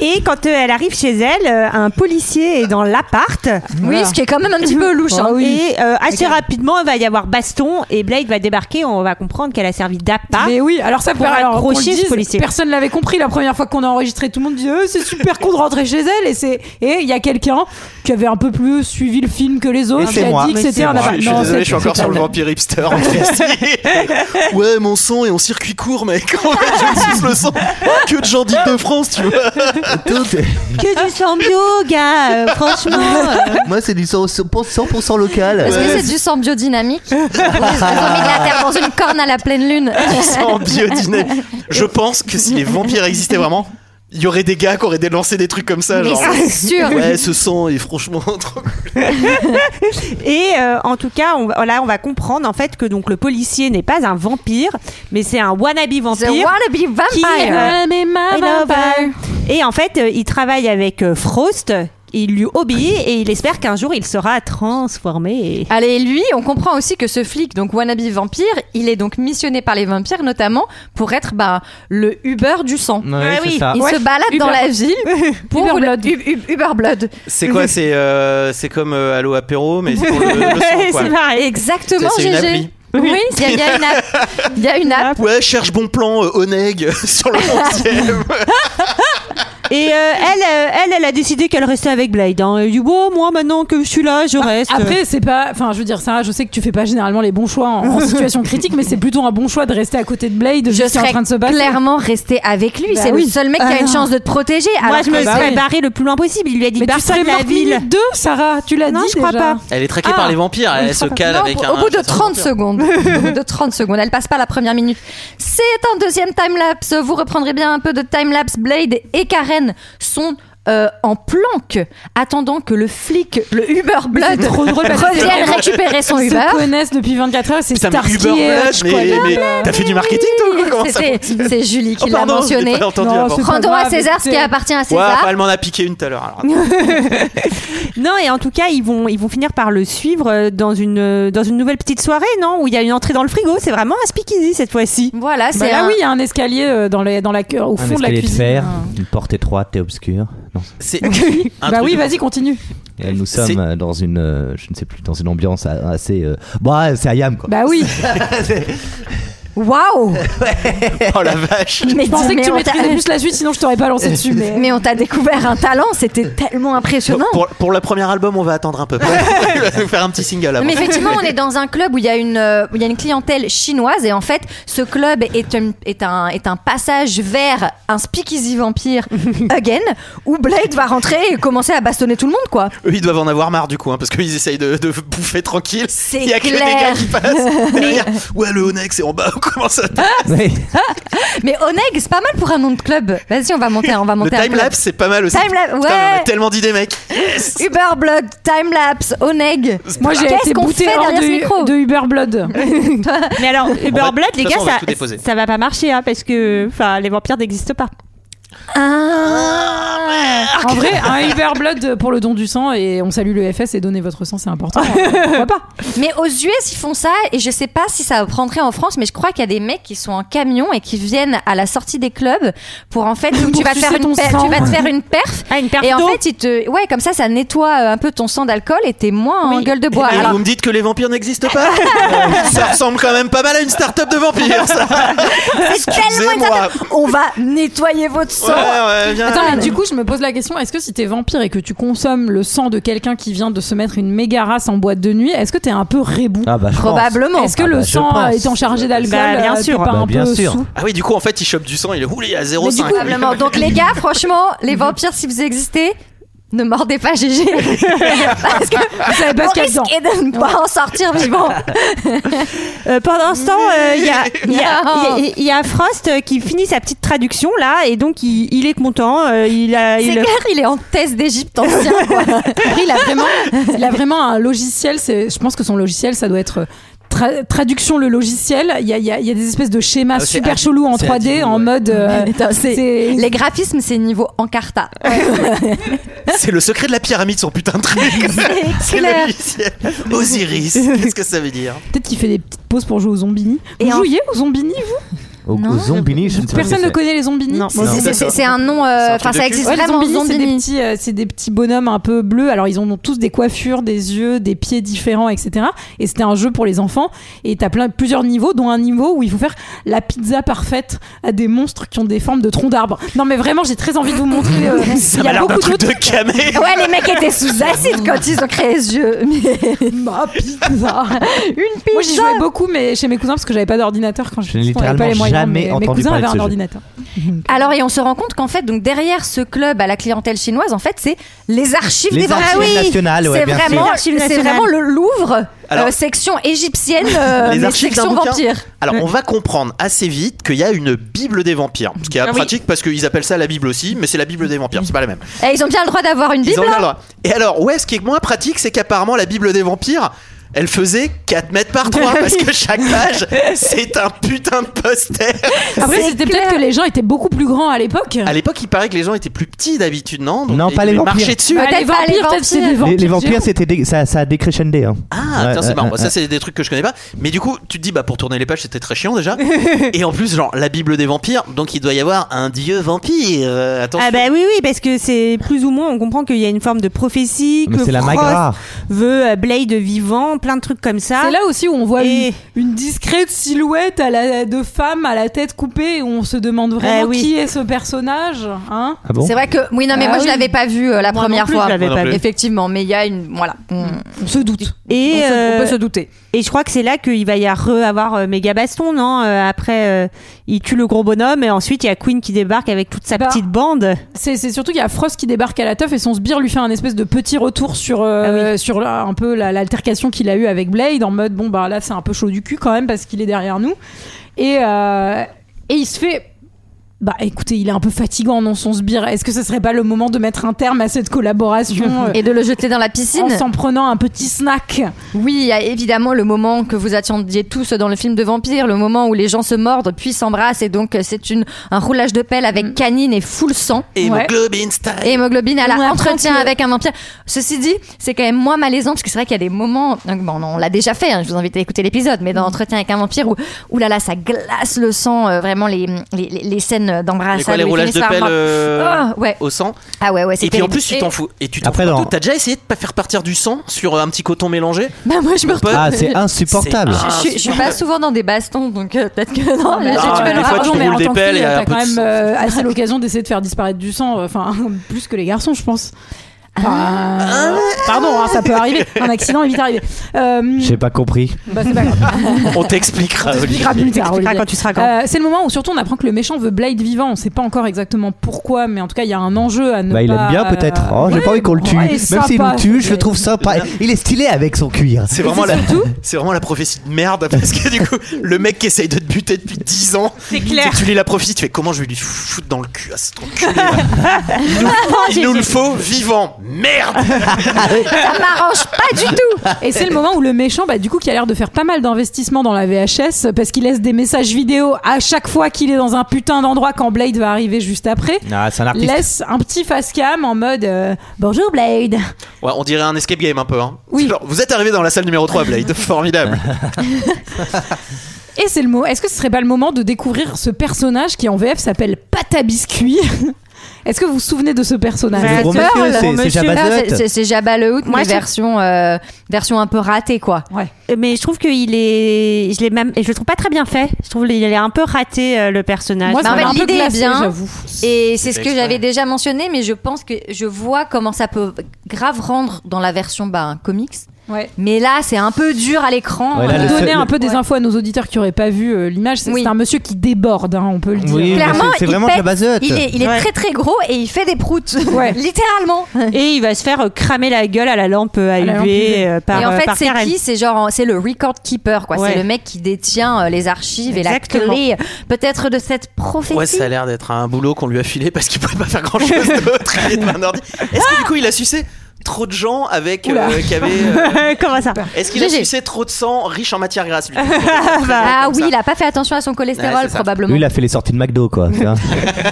Et quand euh, elle arrive chez elle, euh, un policier est dans l'appart. Oui, ce qui est quand même un petit peu louche. hein. Et euh, assez rapidement, il va y avoir baston et Blade va débarquer. On va comprendre qu'elle a servi d'appart. Mais oui, alors ça, Pour alors, qu'on le accrocher ce dise, policier. personne l'avait compris la première fois qu'on a enregistré. Tout le monde disait Euh, c'est super cool de rentrer chez elle. Et c'est et il y a quelqu'un qui avait un peu plus suivi le film que les autres. Et qui c'est a moi. dit que Mais c'était c'est un moi. appart- Je suis Non, désolé, c'est- je suis encore c'est sur le pas- vampire hipster. en fait. ouais, mon sang est en circuit court, mec. En fait, je suce le sang que de gens dits de France, tu vois. Que du sang bio, gars, euh, franchement. Moi, c'est du 100% local. Est-ce que c'est du sang biodynamique Ils ont mis de la terre dans une corne à la pleine lune. Du sang biodynamique. Je pense que si les vampires existaient vraiment, il y aurait des gars qui auraient lancé des trucs comme ça. Mais Genre, c'est sûr. ouais, ce sang est franchement trop Et euh, en tout cas, on, va- là, on va comprendre en fait que donc le policier n'est pas un vampire, mais c'est un wannabe The vampire. wannabe Qui, vampire. euh, Ah, mais ma I love vampire. her. Et en fait, euh, il travaille avec euh, Frost. Il lui obéit et il espère qu'un jour il sera transformé. Allez, lui, on comprend aussi que ce flic, donc wannabe vampire, il est donc missionné par les vampires notamment pour être bah, le Uber du sang. Ouais, c'est ça. Il se balade Uber. dans la ville pour Uber le- Blood. U- U- Uber Blood. C'est quoi C'est euh, c'est comme euh, Allo Apéro, mais c'est pour le, le sang, quoi. c'est pareil. Exactement, Ça, c'est une appli. GG. Oui, il y, a- il y a une app. Il y a une app. Ouais, cherche bon plan euh, Oneg sur le 11ème. Et euh, elle, euh, elle, elle a décidé qu'elle restait avec Blade. hein. Elle dit bon, moi maintenant que je suis là, je reste. Après, c'est pas. Enfin, je veux dire, Sarah, je sais que tu fais pas généralement les bons choix en, en situation critique, mais c'est plutôt un bon choix de rester à côté de Blade, Je juste en serais train de se battre. clairement restée avec lui. Bah c'est oui. le seul mec qui Ah a une non. chance de te protéger. moi alors je me que- bah serais oui. barré le plus loin possible. Il lui a dit Mais tu barre serais de la morte ville. minute 2, Sarah, tu l'as Non, dit je crois déjà. pas. Elle est traquée Ah. par les vampires, elle se cale Non, avec au- un. au bout de chasseur 30 vampire. secondes. au bout de 30 secondes. Elle passe pas la première minute. C'est un deuxième timelapse. Vous reprendrez bien un peu de timelapse. Blade et Karen sont euh, en planque, attendant que le flic, le Uber Blood, trop drôle parce que revienne vraiment, récupérer son Ils Uber. se connaissent depuis 24 heures, c'est Putain, mais Starsky Uber et Flash, Hutch, quoi. mais, mais t'as fait du marketing, toi, ou quoi Comment ça C'était- C'est Julie qui Oh, l'a pardon, je mentionné. l'ai pas entendu Non, avant. c'est- Rendons pas à grave, César ce qui c'est- appartie à Ouais, César. enfin, elle m'en a piqué une tout à l'heure. alors. Non, et en tout cas, ils vont, ils vont finir par le suivre euh, dans une, euh, dans une nouvelle petite soirée, non Où il y a une entrée dans le frigo. C'est vraiment un speakeasy cette fois-ci. Voilà, Bah c'est là, un- oui, il y a un escalier euh, dans les, dans la, au Un fond de la escalier de cuisine. hein fer, une porte étroite et obscure. Non. C'est un Bah truc oui, de- vas-y, continue. Et nous C'est- sommes euh, dans une, euh, je ne sais plus, dans une ambiance a- assez. euh, Bah, c'est Ayam quoi. Bah oui, Waouh Oh la vache Mais je pensais dis- que tu mais on t'a- maîtrisais plus la suite, sinon je t'aurais pas lancé dessus. Mais... mais on t'a découvert un talent, c'était tellement impressionnant. pour, pour le premier album, on va attendre un peu. Il va nous faire un petit single avant. Mais effectivement, on est dans un club où il y a une euh, où il y a une clientèle chinoise et en fait, ce club est un est un est un passage vers un speakeasy vampire again où Blade va rentrer et commencer à bastonner tout le monde quoi. Eux, ils doivent en avoir marre du coup, hein, parce qu'ils essayent de, de bouffer tranquille. C'est Il y a que des gars clair. Ah, qui passent. Derrière, ouais, le Onex c'est en bas, on commence à. Ouais. Mais Oneg, c'est pas mal pour un nom de club. Vas-y, on va monter, on va Le monter. un club. timelapse, c'est pas mal aussi. Timelapse, Putain, mais on a ouais. tellement d'idées, mec. Yes Uber Blood, Timelapse, Oneg. Moi, j'ai Qu'est-ce été qu'on bouté fait hors derrière ce de, micro de Uber Blood. Mais alors, Uber va- Blood, de les toute gars, façon, on va ça, tout déposer. ça va pas marcher, hein, parce que enfin, les vampires n'existent pas. Ah. En vrai, un Uberblood pour le don du sang et on salue le FS et donner votre sang, c'est important. Pourquoi pas Mais aux US, ils font ça et je sais pas si ça prendrait en France, mais je crois qu'il y a des mecs qui sont en camion et qui viennent à la sortie des clubs pour en fait, donc, tu Pour vas sucer faire une ton per- sang. tu vas te faire une perf. Ah, une perte Et en d'eau. fait, ils te... ouais, comme ça, ça nettoie euh, un peu ton sang d'alcool et t'es moins en Oui. gueule de bois. Et Alors, vous me dites que les vampires n'existent pas Euh, Ça ressemble quand même pas mal à une start-up de vampires, ça c'est tellement une Excusez-moi. affaire. On va nettoyer votre sang. Ouais, ouais, Ah, bien. Attends, mais du coup, je me pose la question est-ce que si t'es vampire et que tu consommes le sang de quelqu'un qui vient de se mettre une méga race en boîte de nuit, est-ce que t'es un peu rébou Ah bah, je pense. Probablement. Est-ce que Ah le bah, je sang pense. étant chargé d'alcool, Bah, bien euh, t'es sûr. pas Bah, un bien peu sûr. sous Ah oui, du coup, en fait, il chope du sang, il est roulé à Mais du 0,5. coup, Probablement. Donc les gars, franchement, les vampires, si vous existez, ne mordez pas Gégé. Parce que Vous savez pas vous ce qu'il y a dedans. risquez de ne pas en sortir vivant. Euh, pendant ce temps, euh, il y a- il y, a- il y a- il y a Frost euh, qui finit sa petite traduction là, et donc il, il est content. euh, il a, C'est il- clair, il est en thèse d'Égypte ancien. quoi. Après, il a vraiment, il a vraiment un logiciel. C'est, je pense que son logiciel, ça doit être euh, tra- traduction le logiciel. Il y a, il y a- il y a des espèces de schémas Ah, c'est super Ad- chelous en c'est 3D, Adibou, en ouais. mode. euh, Attends, c'est- c'est- Les graphismes, c'est niveau Encarta. Ah, C'est le secret de la pyramide, son putain de truc. C'est le clair. logiciel. Osiris, qu'est-ce que ça veut dire Peut-être qu'il fait des petites pauses pour jouer aux zombini. Et vous en- jouiez aux zombini Au, Non, au Zombini, je ne sais pas ce que Personne ne c'est. connaît les zombini. Non, Ouais, C'est- c'est- C'est c'est un nom. euh, C'est un truc Enfin, de ça cul. existe les vraiment. zombini, c'est des Zombini. petits, euh, c'est des petits bonhommes un peu bleus. Alors ils ont tous des coiffures, des yeux, des pieds différents, etc. Et c'était un jeu pour les enfants. Et t'as plein plusieurs niveaux, dont un niveau où il faut faire la pizza parfaite à des monstres qui ont des formes de troncs d'arbres. Non mais vraiment, j'ai très envie de vous montrer. euh, Ça Il y m'a a l'air d'un beaucoup truc d'autres. de camé. Ouais, les mecs étaient sous acide quand ils ont créé ce jeu. Mais- Ma pizza. Une Moi j'y pizza. jouais beaucoup, mais chez mes cousins parce que j'avais pas d'ordinateur quand je, Je n'ai je n'avais pas les littéralement moyens. jamais mais mes entendu cousins parler avaient de ce un jeu. ordinateur. Alors, et on se rend compte qu'en fait, donc derrière ce club à la clientèle chinoise, en fait, c'est les archives Les des vampires. Ah archives nationales, ouais, c'est bien sûr. vraiment, Les c'est archives nationales. vraiment le Louvre, Alors- euh, section égyptienne, euh, Les mais archives d'un section bouquin. vampire. Alors, on va comprendre assez vite qu'il y a une Bible des vampires. Ce Ah qui est pratique parce qu'ils appellent ça la Bible aussi, mais c'est la Bible des vampires, c'est pas la même. Eh, ils ont bien le droit d'avoir une Ils Bible. en ont hein. le droit. Et alors, ouais, ce qui est moins pratique, c'est qu'apparemment, la Bible des vampires. Elle faisait 4 mètres par 3 parce que chaque page, c'est un putain de poster. Après C'est c'était peut-être que les gens étaient beaucoup plus grands à l'époque. À l'époque, il paraît que les gens étaient plus petits d'habitude, non Non, ils pas les devaient vampires. marcher dessus. Bah, Peut-être les pas les vampires, peut-être c'est vampires. des Les, vampires. les vampires, c'était dé- ça, ça a décrescendé. Hein. Ah, Ouais, putain, c'est ouais, marrant. ouais, ça, ouais. c'est des trucs que je connais pas. Mais du coup, tu te dis, bah, pour tourner les pages, c'était très chiant déjà. et en plus, genre, la Bible des vampires, donc il doit y avoir un dieu vampire. Euh, attention. Ah bah oui oui parce que c'est plus ou moins on comprend qu'il y a une forme de prophétie Mais que c'est la Frost magra. veut euh, Blade vivant plein de trucs comme ça. C'est là aussi où on voit Et- une, une discrète silhouette à la, de femme à la tête coupée, où on se demande vraiment Eh oui. qui est ce personnage. Hein Ah bon C'est vrai que oui non mais Ah moi je oui. l'avais pas vu euh, la Moi non première plus, fois. je l'avais Moi non pas plus. vu. Effectivement, mais il y a une voilà, on, On se doute. Et, on se- on euh, peut se douter. et je crois que c'est là qu'il va y avoir, avoir euh, méga baston, non Euh, Après, euh, il tue le gros bonhomme et ensuite il y a Queen qui débarque avec toute sa Bah. petite bande. C'est c'est surtout qu'il y a Frost qui débarque à la teuf et son sbire lui fait un espèce de petit retour sur, euh, Ah sur la- un peu la- l'altercation qu'il a eue avec Blade en mode bon bah là c'est un peu chaud du cul quand même parce qu'il est derrière nous. Et, euh, et il se fait. Bah écoutez, il est un peu fatigant, non son sbire. Est-ce que ce serait pas le moment de mettre un terme à cette collaboration euh, Et de le jeter dans la en piscine. s'en prenant un petit snack Oui, il y a évidemment le moment que vous attendiez tous dans le film de vampire, le moment où les gens se mordent puis s'embrassent et donc euh, c'est une un roulage de pelle avec canine et full sang. Hémoglobine style. Et hémoglobine à On la apprend entretien que- avec un vampire. Ceci dit, c'est quand même moins malaisant parce que c'est vrai qu'il y a des moments. Bon, non, on l'a déjà fait. hein, je vous invite à écouter l'épisode, mais dans entretien avec un vampire où, oulala, là là, ça glace le sang. euh, vraiment les les, les- les scènes Et quoi, d'embrassade. les où il roulages finit de par pelle voir- euh, Ah, ouais. au sang. Ah ouais, ouais. c'est Et puis en terrible. plus, tu Et- t'en fous. Et tu t'en Après, fous. pas dans- tout. T'as déjà essayé de pas faire partir du sang sur un petit coton mélangé Bah moi, je me Mon pote, retrouve. Ah, c'est insupportable. C'est- Je, je- je suis pas souvent dans des bastons, donc euh, peut-être que non. Oh, mais Mais je- Ah, tu peux des nous fois, tu raconter. mais roules en des tant que pelles fille, et un t'as peu quand de même sang. euh, assez l'occasion d'essayer de faire disparaître du sang, euh, enfin plus que les garçons, je pense. Ah. Enfin, euh, pardon, hein, ça peut arriver. Un accident est vite arrivé. Euh, J'ai pas compris. bah, c'est pas grave. On t'expliquera. Olivier. On t'expliquera plus tard, T'expliquera Olivier. quand tu seras grand. Euh, c'est le moment où surtout on apprend que le méchant veut Blade vivant. On sait pas encore exactement pourquoi, mais en tout cas il y a un enjeu à ne Bah, il pas. aime bien peut-être. Oh, J'ai Ouais, pas envie qu'on le tue. ouais, Même sympa, s'il nous tue, je c'est- le trouve sympa. Il est stylé avec son cuir. C'est vraiment, la... c'est vraiment la prophétie de merde parce que du coup, le mec qui essaye de te buter depuis 10 ans, C'est clair. tu- tu lis la prophétie, tu fais comment je vais lui foutre dans le cul à cet enculé là. Il nous, il nous le faut vivant. merde Ça m'arrange pas du tout. Et c'est le moment où le méchant, bah, du coup, qui a l'air de faire pas mal d'investissements dans la VHS, parce qu'il laisse des messages vidéo à chaque fois qu'il est dans un putain d'endroit quand Blade va arriver juste après. Ah, c'est un artiste. Laisse un petit facecam en mode euh, Bonjour Blade. Ouais, on dirait un escape game un peu. Hein. Oui. C'est genre, vous êtes arrivé dans la salle numéro 3, Blade. Formidable. Et c'est le mot. Est-ce que ce serait pas le moment de découvrir ce personnage qui en VF s'appelle Pâte à biscuit Est-ce que vous vous souvenez de ce personnage Mais Gros monsieur, Pearl, c'est- gros c'est monsieur. Jabba the Non, Hutt. Ah, c'est- c'est- C'est Jabba le Hutt, Moi, mais je- version, euh, version un peu ratée, quoi. Ouais. Mais je trouve qu'il est, je l'ai même, et je le trouve pas très bien fait. Je trouve qu'il est un peu raté euh, le personnage. Moi, Bah, ça en fait, m'a un peu l'idée est glacé, bien. j'avoue. Et c'est ce fait que exprès. j'avais déjà mentionné, mais je pense que je vois comment ça peut grave rendre dans la version bah, un comics. Ouais. Mais là, c'est un peu dur à l'écran. Ouais, là, Euh, le Pour donner seul- un peu des infos à nos auditeurs qui auraient pas vu euh, l'image, c'est Oui. c'est un monsieur qui déborde, hein, on peut le dire. Oui, mais Clairement, c'est- c'est il vraiment pète. Jabba the Hutt. Il est, il est Ouais. très très gros et il fait des proutes. Ouais. Littéralement. Et il va se faire euh, cramer la gueule à la lampe euh, à, la lampe UV euh, par et en euh, fait, par c'est Karen. qui C'est genre, c'est le record keeper, quoi. Ouais. C'est le mec qui détient euh, les archives Exactement. et la clé, euh, peut-être de cette prophétie. Ouais, ça a l'air d'être un boulot qu'on lui a filé parce qu'il pouvait pas faire grand chose d'autre. Il est devant un ordi. Est-ce que du coup il a sucé trop de gens avec euh, Oula. qui avaient, euh, Comment ça Est-ce qu'il a GG. sucé trop de sang riche en matière grasse lui ah Comme oui, ça. il a pas fait attention à son cholestérol Ouais, c'est ça. probablement. Lui, il a fait les sorties de McDo, quoi. tu vois.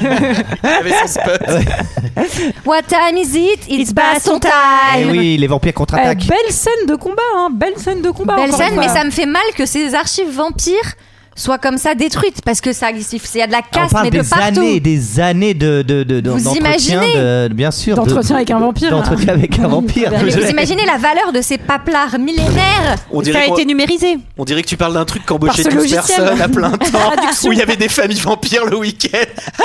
Avec son spot. What time is it It's It's baston baston Eh time. oui, les vampires Euh, contre-attaquent. belle scène de combat, hein, belle scène de combat. Belle encore une scène, mais fois. ça me fait mal que ces archives vampires soient comme ça détruites parce que ça, il y a de la Ah, on casse parle mais de des partout. années, des années de, de, de, de- Vous d'entretien, imaginez de- bien sûr, de- D'entretien avec un vampire. d'entretien avec un vampire. Mais vous imaginez la valeur de ces paplards millénaires On Ça a dirait, qu'on- été numérisé. on dirait que tu parles d'un truc qu'embauchait Par ce 12 logiciel. personnes à plein temps Traduction. où il y avait des familles vampires le week-end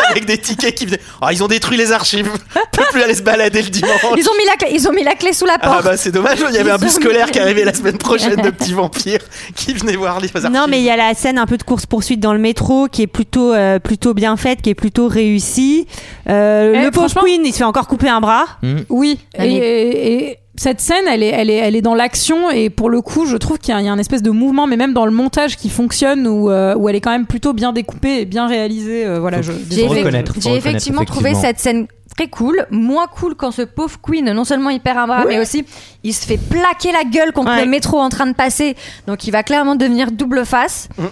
avec des tickets qui venaient. Ah, ils ont détruit les archives. On peut plus aller se balader le Oh, dimanche. Ils ont mis la clé, ils ont mis la clé sous la porte. Ah bah c'est dommage, il y avait un bus scolaire qui arrivait la semaine prochaine de petits vampires qui venaient voir les archives. Non, mais il y a la scène un peu de course poursuite dans le métro qui est plutôt euh, plutôt bien faite, qui est plutôt réussie. Euh, Eh, le pauvre franchement- Queen, il se fait encore couper un bras. Oui, Ah, mais- et, et- et cette scène, elle est, elle, est, elle est dans l'action, et pour le coup, je trouve qu'il y, a- il y a un espèce de mouvement, mais même dans le montage qui fonctionne, où, euh, où elle est quand même plutôt bien découpée et bien réalisée. euh, voilà, je, J'ai Faut effectu- reconnaître, faut j'ai reconnaître, effectivement trouvé effectivement. cette scène très cool, moins cool quand ce pauvre Queen, non seulement il perd un bras, mais aussi il se fait plaquer la gueule contre Ouais. le métro en train de passer, donc il va clairement devenir double face. Mm.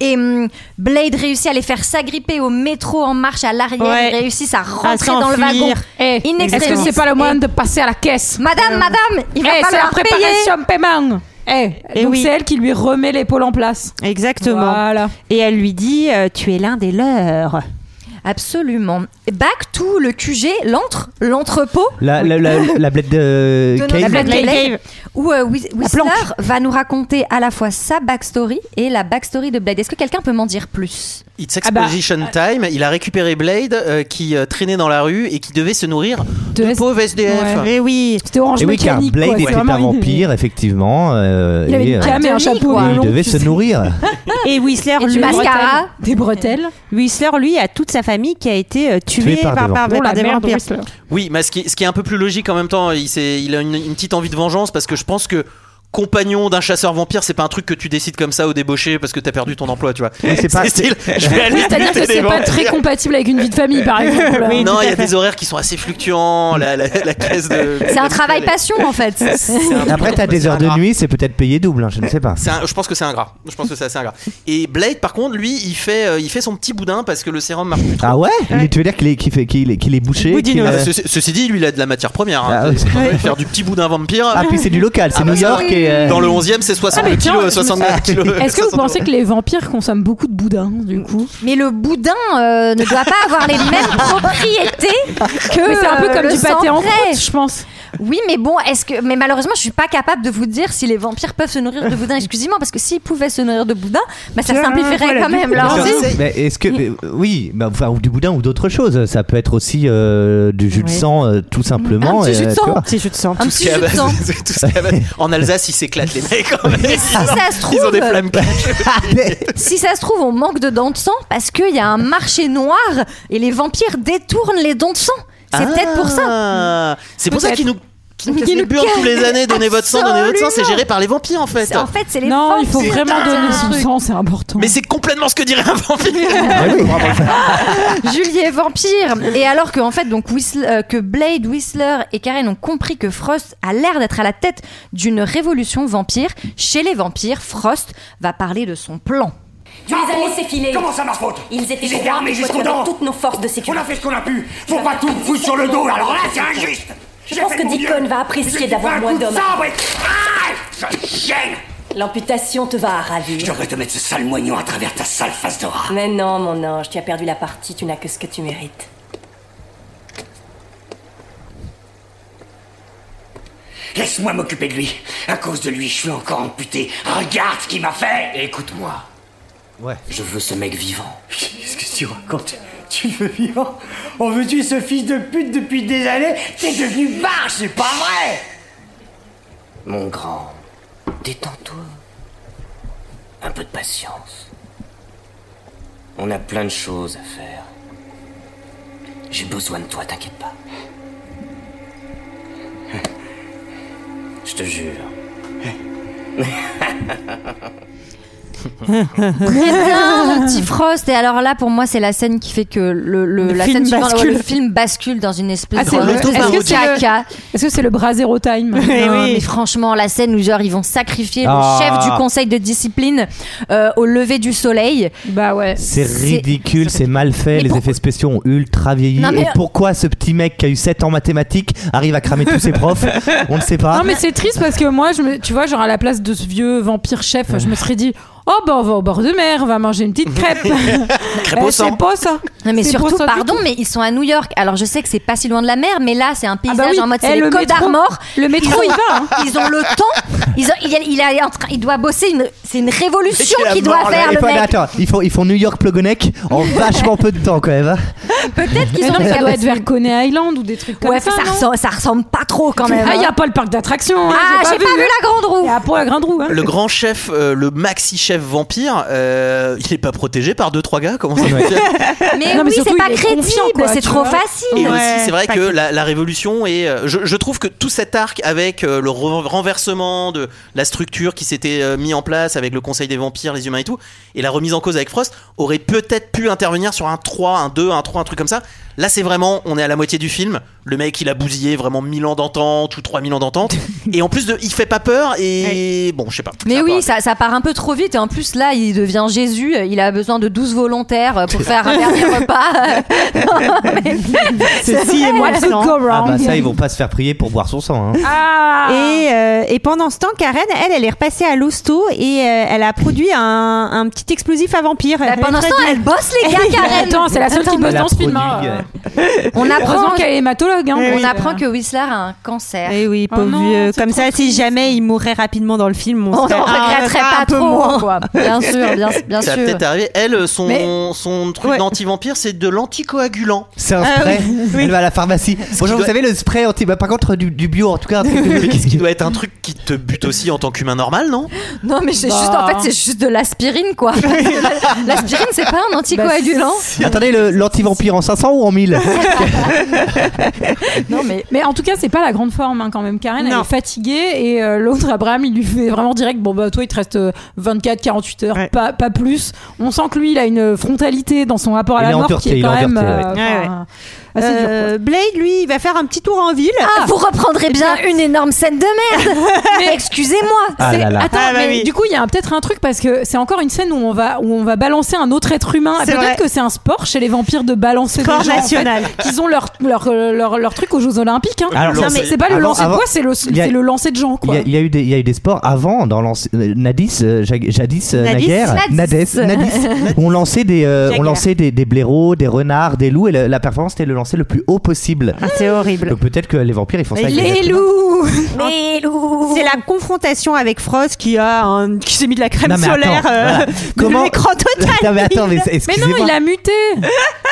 Et hum, Blade réussit à les faire s'agripper au métro en marche à l'arrière, Ouais. il réussit à À rentrer dans le wagon. s'enfuir. Ah, Eh, In Est-ce que extremis. c'est pas le moyen Eh. de passer à la caisse Madame, madame, il va Eh, c'est la falloir payer. préparation paiement Eh, Eh donc oui. c'est elle qui lui remet l'épaule en place. Exactement. Voilà. Et elle lui dit euh, Tu es l'un des leurs. Absolument. Back to le QG, l'antre, l'entrepôt. La, la, la, la bled de de Cave. notre Black Cave. Cave, où euh, Whis- Whistler planque. va nous raconter à la fois sa backstory et la backstory de Blade. Est-ce que quelqu'un peut m'en dire plus It's Ah bah, Exposition Time, il a récupéré Blade euh, qui euh, traînait dans la rue et qui devait se nourrir De de S- pauvres SDF. Ouais. Eh oui. C'était orange Et oui, car mécanique. Blade quoi, c'est était vraiment un une- vampire, effectivement. euh, Il avait et, une euh, cam et un Anthony, chapeau. quoi. et il long, devait tu se sais. nourrir. Et Whistler, Et du lui, mascara Des bretelles. Whistler, lui, a toute sa famille qui a été euh, tuée Tuée par par, des par- par Bon, Oh, la des merde, vampires. Whistler. Oui, mais ce qui, ce qui est un peu plus logique en même temps, il, s'est- il a une, une petite envie de vengeance parce que je pense que compagnon d'un chasseur vampire, c'est pas un truc que tu décides comme ça au débauché parce que t'as perdu ton emploi, tu vois. c'est pas- style, je vais aller Oui, C'est-à-dire buter que des c'est pas vampires. très compatible avec une vie de famille, par exemple. non, il y a des horaires qui sont assez fluctuants. La, la, la caisse de. C'est un travail passion en fait. Après, t'as des heures de nuit, c'est peut-être payé double, hein, je ne sais pas. C'est un- je pense que c'est ingrat. Je pense que c'est assez ingrat. Et Blade, par contre, lui, il fait, euh, il fait son petit boudin parce que le sérum marche plus trop. Ah ouais, Il- Tu veux dire qu'il est, qu'il fait- qu'il est, qu'il est bouché qu'il Ah, a- ceci, ceci dit, lui, il a de la matière première. hein. Ah, oui. Il peut Faire du petit boudin vampire. Ah, puis c'est du local, c'est Ah, New bah, York et. euh, Dans le 11e, c'est 60 Ah, mais tiens, kilos, je me 69 kilos. Est-ce que vous 60 pensez que les vampires consomment beaucoup de boudin, du coup Mais le boudin euh, ne doit pas avoir les mêmes propriétés que Mais c'est un peu euh, comme le du sang pâté en frais. croûte, je pense. Oui, mais bon, est-ce que mais malheureusement, je suis pas capable de vous dire si les vampires peuvent se nourrir de boudin exclusivement parce que s'ils pouvaient se nourrir de boudin, bah ça Tiens, simplifierait voilà. quand même hein. Mais leur ça- vie. mais est-ce que mais, euh, oui, bah, enfin, ou du boudin ou d'autres choses, ça peut être aussi euh, du jus de Ouais. sang euh, tout simplement. euh, Un petit jus de tu sang. vois. Si je te sens. Un Tout ce petit qu'il y a jus de à sang. base- tout ce qu'il y a à base- En Alsace, ils s'éclatent les mecs. quand même. si ça se Ils ont des trouve- flammes cachées. Ah, Si ça se trouve, on manque de dents de sang parce qu'il y a un marché noir et les vampires détournent les dons de sang. C'est peut-être pour ça. Ah, C'est pour ça Peut-être. qu'ils nous qui nous casse Qui les nous burnes casse- tous les années, donnez votre sang, donnez votre sang, c'est Absolument. géré par les vampires en fait. C'est- En fait, c'est les Non, il faut vampires. vraiment donner son Putain. sang, c'est important. Mais c'est complètement ce que dirait un vampire. Ah oui. Julie est vampire. Et alors que, en fait, donc, Whistler- euh, que Blade, Whistler et Karen ont compris que Frost a l'air d'être à la tête d'une révolution vampire, chez les vampires, Frost va parler de son plan. Tu les as laissés filer. Comment ça, ma faute Ils étaient Ils étaient convaincus armés que jusqu'aux avec dents. toutes nos forces de On a sécurité. fait ce qu'on a pu Faut pas tout me foutre sur le dos, alors là, c'est injuste Je J'ai pense fait que de mon Deacon mieux. va apprécier J'ai d'avoir fait un moins coup de d'hommes. sabre et- Ah Ça gêne L'amputation te va à ravir. Je devrais te mettre ce sale moignon à travers ta sale face de rat Mais non, mon ange, tu as perdu la partie, tu n'as que ce que tu mérites. Laisse-moi m'occuper de lui À cause de lui, je suis encore amputé Regarde ce qu'il m'a fait Écoute-moi Ouais. Je veux ce mec vivant Qu'est-ce que tu racontes Tu veux vivre On veut tuer ce fils de pute depuis des années T'es devenu barge, c'est pas vrai Mon grand, détends-toi. Un peu de patience. On a plein de choses à faire. J'ai besoin de toi, t'inquiète pas. Je te jure. Ah, mon petit Frost. Et alors là, pour moi, c'est la scène qui fait que le, le- Le la film scène suivante, bascule. ouais, le film bascule dans une espèce Ah, c'est de- le- de est-ce que c'est le- caca. Est-ce que c'est le bras zéro time Non, mais franchement, la scène où genre ils vont sacrifier Ah. le chef du conseil de discipline euh, au lever du soleil. Bah ouais. C'est ridicule, c'est mal fait, Mais les pour- effets spéciaux ont ultra vieilli. Non, mais- Et pourquoi ce petit mec qui a eu 7 ans en mathématiques arrive à cramer tous ses profs On ne sait pas. Non mais c'est triste parce que moi, je me, tu vois, genre à la place de ce vieux vampire chef, je me serais dit, oh bah on va au bord de mer, on va manger une petite crêpe. Crêpe au Eh, sang. C'est pas ça. Non, mais C'est pour ça surtout, du pardon, mais ils sont à New York. Alors je sais que c'est pas si loin de la mer, mais là c'est un Ah paysage bah oui. en mode Eh, c'est les le Côtes métro- d'Armor. Le métro, il va. hein. Ils ont le temps. Ils ont- il, il est en train- il doit bosser. une- c'est une Mais révolution c'est la qu'il doit mort, là. faire Et le faut- mec. attends, ils font, ils font New York Plogonec en vachement peu de temps quand même. hein. Peut-être qu'ils Mais ont non, les mais ça doit être capacités. vers Coney Island ou des trucs comme Ouais, ça. ça, non ressemble, ça ressemble pas trop quand même. ah, il n'y hein. a pas le parc d'attractions. hein, Ah, j'ai pas, vu la grande Il y roue. a pas la grande roue. Hein. Le grand chef, euh, le maxi chef vampire, euh, il est pas protégé par deux trois gars. Comment ça fonctionne Mais Non, mais oui, surtout, c'est pas il est crédible. confiant, quoi, C'est tu trop vois. facile. Et Ouais, aussi, c'est vrai pas que que- la, la révolution est. euh, Je, je trouve que tout cet arc avec euh, le re- renversement de la structure qui s'était euh, mis en place avec le Conseil des vampires, les humains et tout, et la remise en cause avec Frost, aurait peut-être pu intervenir sur un 3, un 2, un 3, un truc comme ça. Là, c'est vraiment, on est à la moitié du film. Le mec, il a bousillé vraiment 1000 ans d'entente ou 3000 ans d'entente. et en plus, de, il fait pas peur et. Bon, je sais pas. Mais Ça oui, part- ça, ça part un peu trop vite. Et en plus, là, il devient Jésus. Il a besoin de 12 volontaires pour faire un dernier repas. Ceci est moi le Tout sang. go Ah wrong. bah ça, ils vont pas se faire prier pour boire son sang. hein. Ah. Et, euh, et pendant ce temps, Karen, elle, elle est repassée à l'hosto et euh, elle a produit un, un petit explosif à vampire. Bah, pendant ce temps, elle bosse, les gars, Elle Mais Karen. Attends, c'est la seule qui bosse Elle a dans ce film. hein. produit, euh, On apprend, Heureusement qu'elle est hématologue. Hein. Eh Oui, on oui. apprend que Whistler a un cancer. Eh oui, Oh pauvre non, vieux. c'est Comme trop ça, si triste. jamais il mourait rapidement dans le film, on, On n'en serait- ah, regretterait ah, pas un peu trop. moins. Quoi. Bien sûr, bien, bien Ça va sûr. peut-être arriver. Elle, euh, son, Mais- son truc Ouais. d'anti-vampire, c'est de l'anticoagulant. C'est un Ah spray. oui, oui. Elle va à la pharmacie. Bonjour, doit- vous savez le spray anti. Bah, par contre, du, du bio en tout cas. un truc de- Mais qu'est-ce qui doit être un truc qui te bute aussi en tant qu'humain normal, non Non, mais c'est Bah. juste, en fait, c'est juste de l'aspirine, quoi. l'aspirine, c'est pas un anticoagulant. Attendez, le- l'anti-vampire en 500 ou en 1000 non, mais. Mais en tout cas, c'est pas la grande forme hein, quand même. Karen, elle Non. est fatiguée et euh, l'autre, Abraham, il lui fait vraiment direct Bon, bah, toi, il te reste 24-48 heures, Ouais. pas, pas plus. On sent que lui, il a une frontalité dans son rapport à Il la est mort endurté, qui il est est quand même. endurté, euh, ouais. Ouais, enfin, assez dur, quoi. Euh, Blade, lui, il va faire un petit tour en ville. Ah, vous reprendrez bien une énorme scène de merde. Mais- Excusez-moi. Ah C'est- là là. Attends, Ah bah mais oui. du coup, il y a un- peut-être un truc parce que c'est encore une scène où on va, où on va balancer un autre être humain. C'est vrai. Peut-être que c'est un sport chez les vampires de balancer Sport des gens. en fait, national. qu'ils ont leur, leur, leur, leur truc aux Jeux Olympiques. hein. Alors, Non, mais c'est pas le avant- lancer de avant- poids, c'est le, il y a- c'est le lancer de gens. Il Quoi. y, a, il y a eu des, il y a eu des sports avant, dans l'anci- euh, Nadis, euh, jag- jadis, euh, Nadis. naguère, Nadès, Nadis. Nadis, où on lançait, des, euh, on Jaguar. lançait des, des blaireaux, des renards, des loups, et le- la performance était de le lancer le plus haut possible. Ah, c'est horrible. Donc peut-être que les vampires, ils font ça. avec Les êtres humains. loups ah. Mais C'est la confrontation avec Frost qui a un- qui s'est mis de la crème Non, mais attends, solaire. voilà. Comment- Comment l'écran total. Non mais attends, mais Mais non, excusez-moi. il a muté. Mais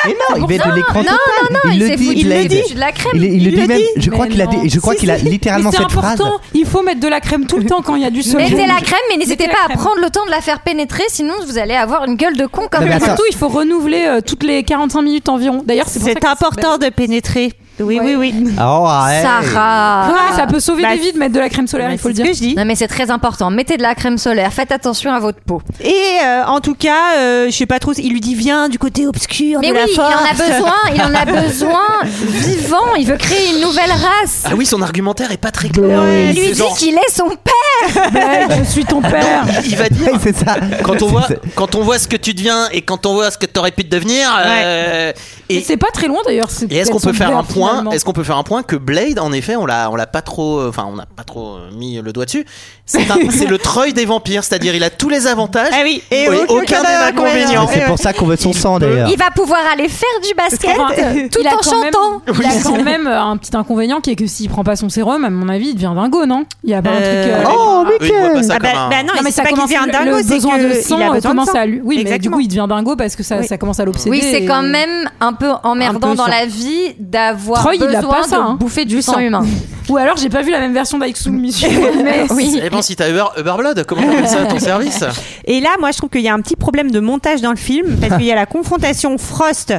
non, il met de l'écran non, total. non, il, le s'est dit, foutu Blade. du- de la crème. Il, il le Il dit le même. dit. Je crois Mais qu'il a, non. dit- je crois Si, qu'il a si. littéralement Mais c'est cette phrase. important. Il faut mettre de la crème tout le temps quand il y a du soleil. Mettez la crème, mais Mettez n'hésitez la pas à crème. prendre le temps de la faire pénétrer, sinon vous allez avoir une gueule de con comme Non, mais une attends. Surtout, il faut renouveler euh, toutes les 45 minutes environ. D'ailleurs, c'est pour ça C'est que- important de pénétrer. Oui, oui, oui. Oh, Sarah. Ouais, Ah, ça peut sauver Bah, des vies de mettre de la crème solaire, il faut le dire. Non, mais c'est très important. Mettez de la crème solaire. Faites attention à votre peau. Et euh, en tout cas, euh, je sais pas trop, il lui dit viens du côté obscur Mais de oui, la il en force. a besoin, il en a besoin vivant, il veut créer une nouvelle race. Ah oui, son argumentaire est pas très clair. Il lui C'est dit genre- qu'il est son père. Blake, je suis ton père. il va dire. c'est ça. Quand on, voit, C'est- quand on voit ce que tu deviens et quand on voit ce que tu aurais pu devenir. euh, Et c'est pas très loin d'ailleurs. c'est Et est-ce qu'on peut-être peut son faire un père, point finalement. Est-ce qu'on peut faire un point que Blade, en effet, on l'a, on l'a pas trop, euh, enfin, on n'a pas trop euh, mis le doigt dessus. C'est, un- c'est le treuil des vampires, c'est-à-dire il a tous les avantages Ah et, aucun des inconvénients. Ah, Mais C'est pour ça qu'on veut son sang Ah. d'ailleurs. Il va pouvoir aller faire du basket euh, Parce qu'en fait, tout il a en quand même- chantant. il a quand même euh, un petit inconvénient qui est que s'il prend pas son sérum, à mon avis, il devient dingo, non Il y a pas un Euh, truc. euh, Oh, Ah, eux, ils voient pas ça Ah bah- comme un- bah non, mais c'est pas qu'il commence devient le- dingo, le c'est besoin que de il sang a euh, besoin de commence sang. à lui. Oui, mais du Exactement. coup, il devient dingo parce que ça, ça commence à l'obséder. Oui, c'est et- quand même un peu emmerdant Un peu dans chiant. la vie d'avoir Troy, il a besoin pas ça, de hein. bouffer du Du sang sang. humain. Ou alors, j'ai pas vu la même version d'Aixum mais Ça dépend si t'as Uber, Uber Blood, comment t'appelles ça à ton service Et là, moi, je trouve qu'il y a un petit problème de montage dans le film parce qu'il y a la confrontation Frost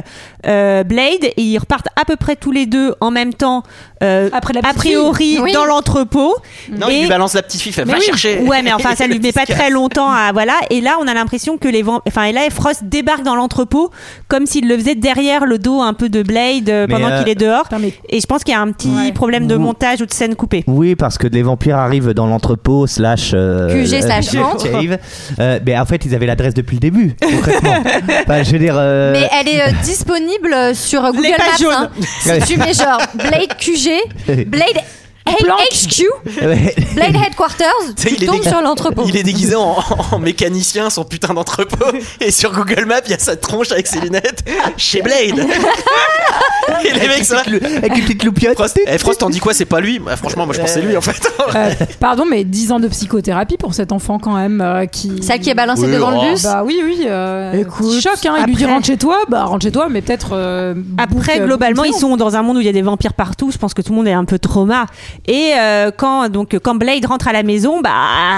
euh, Blade et ils repartent à peu près tous les deux en même temps, euh, Après la a petite priori fille. Oui. dans l'entrepôt. Non, Et- il lui balance la petite fille, fait, va oui. chercher. Ouais, mais enfin, ça lui met pas très longtemps à voilà. Et là, on a l'impression que les vents, enfin, et là, Frost débarque dans l'entrepôt comme s'il le faisait derrière le dos un peu de Blade euh, Mais, pendant euh, qu'il est dehors. Putain, mais- Et je pense qu'il y a un petit Ouais. problème de Ouh. montage ou de scène coupée. Oui, parce que les vampires arrivent dans l'entrepôt slash euh, QG slash euh, entre. cave. Euh, mais en fait, ils avaient l'adresse depuis le début. Concrètement. Enfin, je veux dire. euh, Mais elle est euh, disponible euh, sur euh, Google Les pages Maps. hein. Ouais. Si tu mets genre Blade QG, Blade Planque. HQ, ouais. Blade Headquarters, Tu sais, tu il est tombes dé- sur l'entrepôt. Il est déguisé en, en mécanicien, son putain d'entrepôt, et sur Google Maps, il y a sa tronche avec ses lunettes chez Blade. et les mecs, ça. Le- Avec une petite loupiote. Frost, eh, Frost, t'en dis quoi C'est pas lui Bah, Franchement, moi je pensais lui en fait. Euh, pardon, mais 10 ans de psychothérapie pour cet enfant quand même euh, qui. Celle qui est balancée Oui, devant oh. le bus. Bah oui, oui. euh, Écoute, petit choc, hein. Il lui dit après- rentre chez toi, bah rentre chez toi, mais peut-être. euh, boucle- Après, boucle globalement, plus ils long. sont dans un monde où il y a des vampires partout. Je pense que tout le monde est un peu trauma. Et euh, quand donc quand Blade rentre à la maison, bah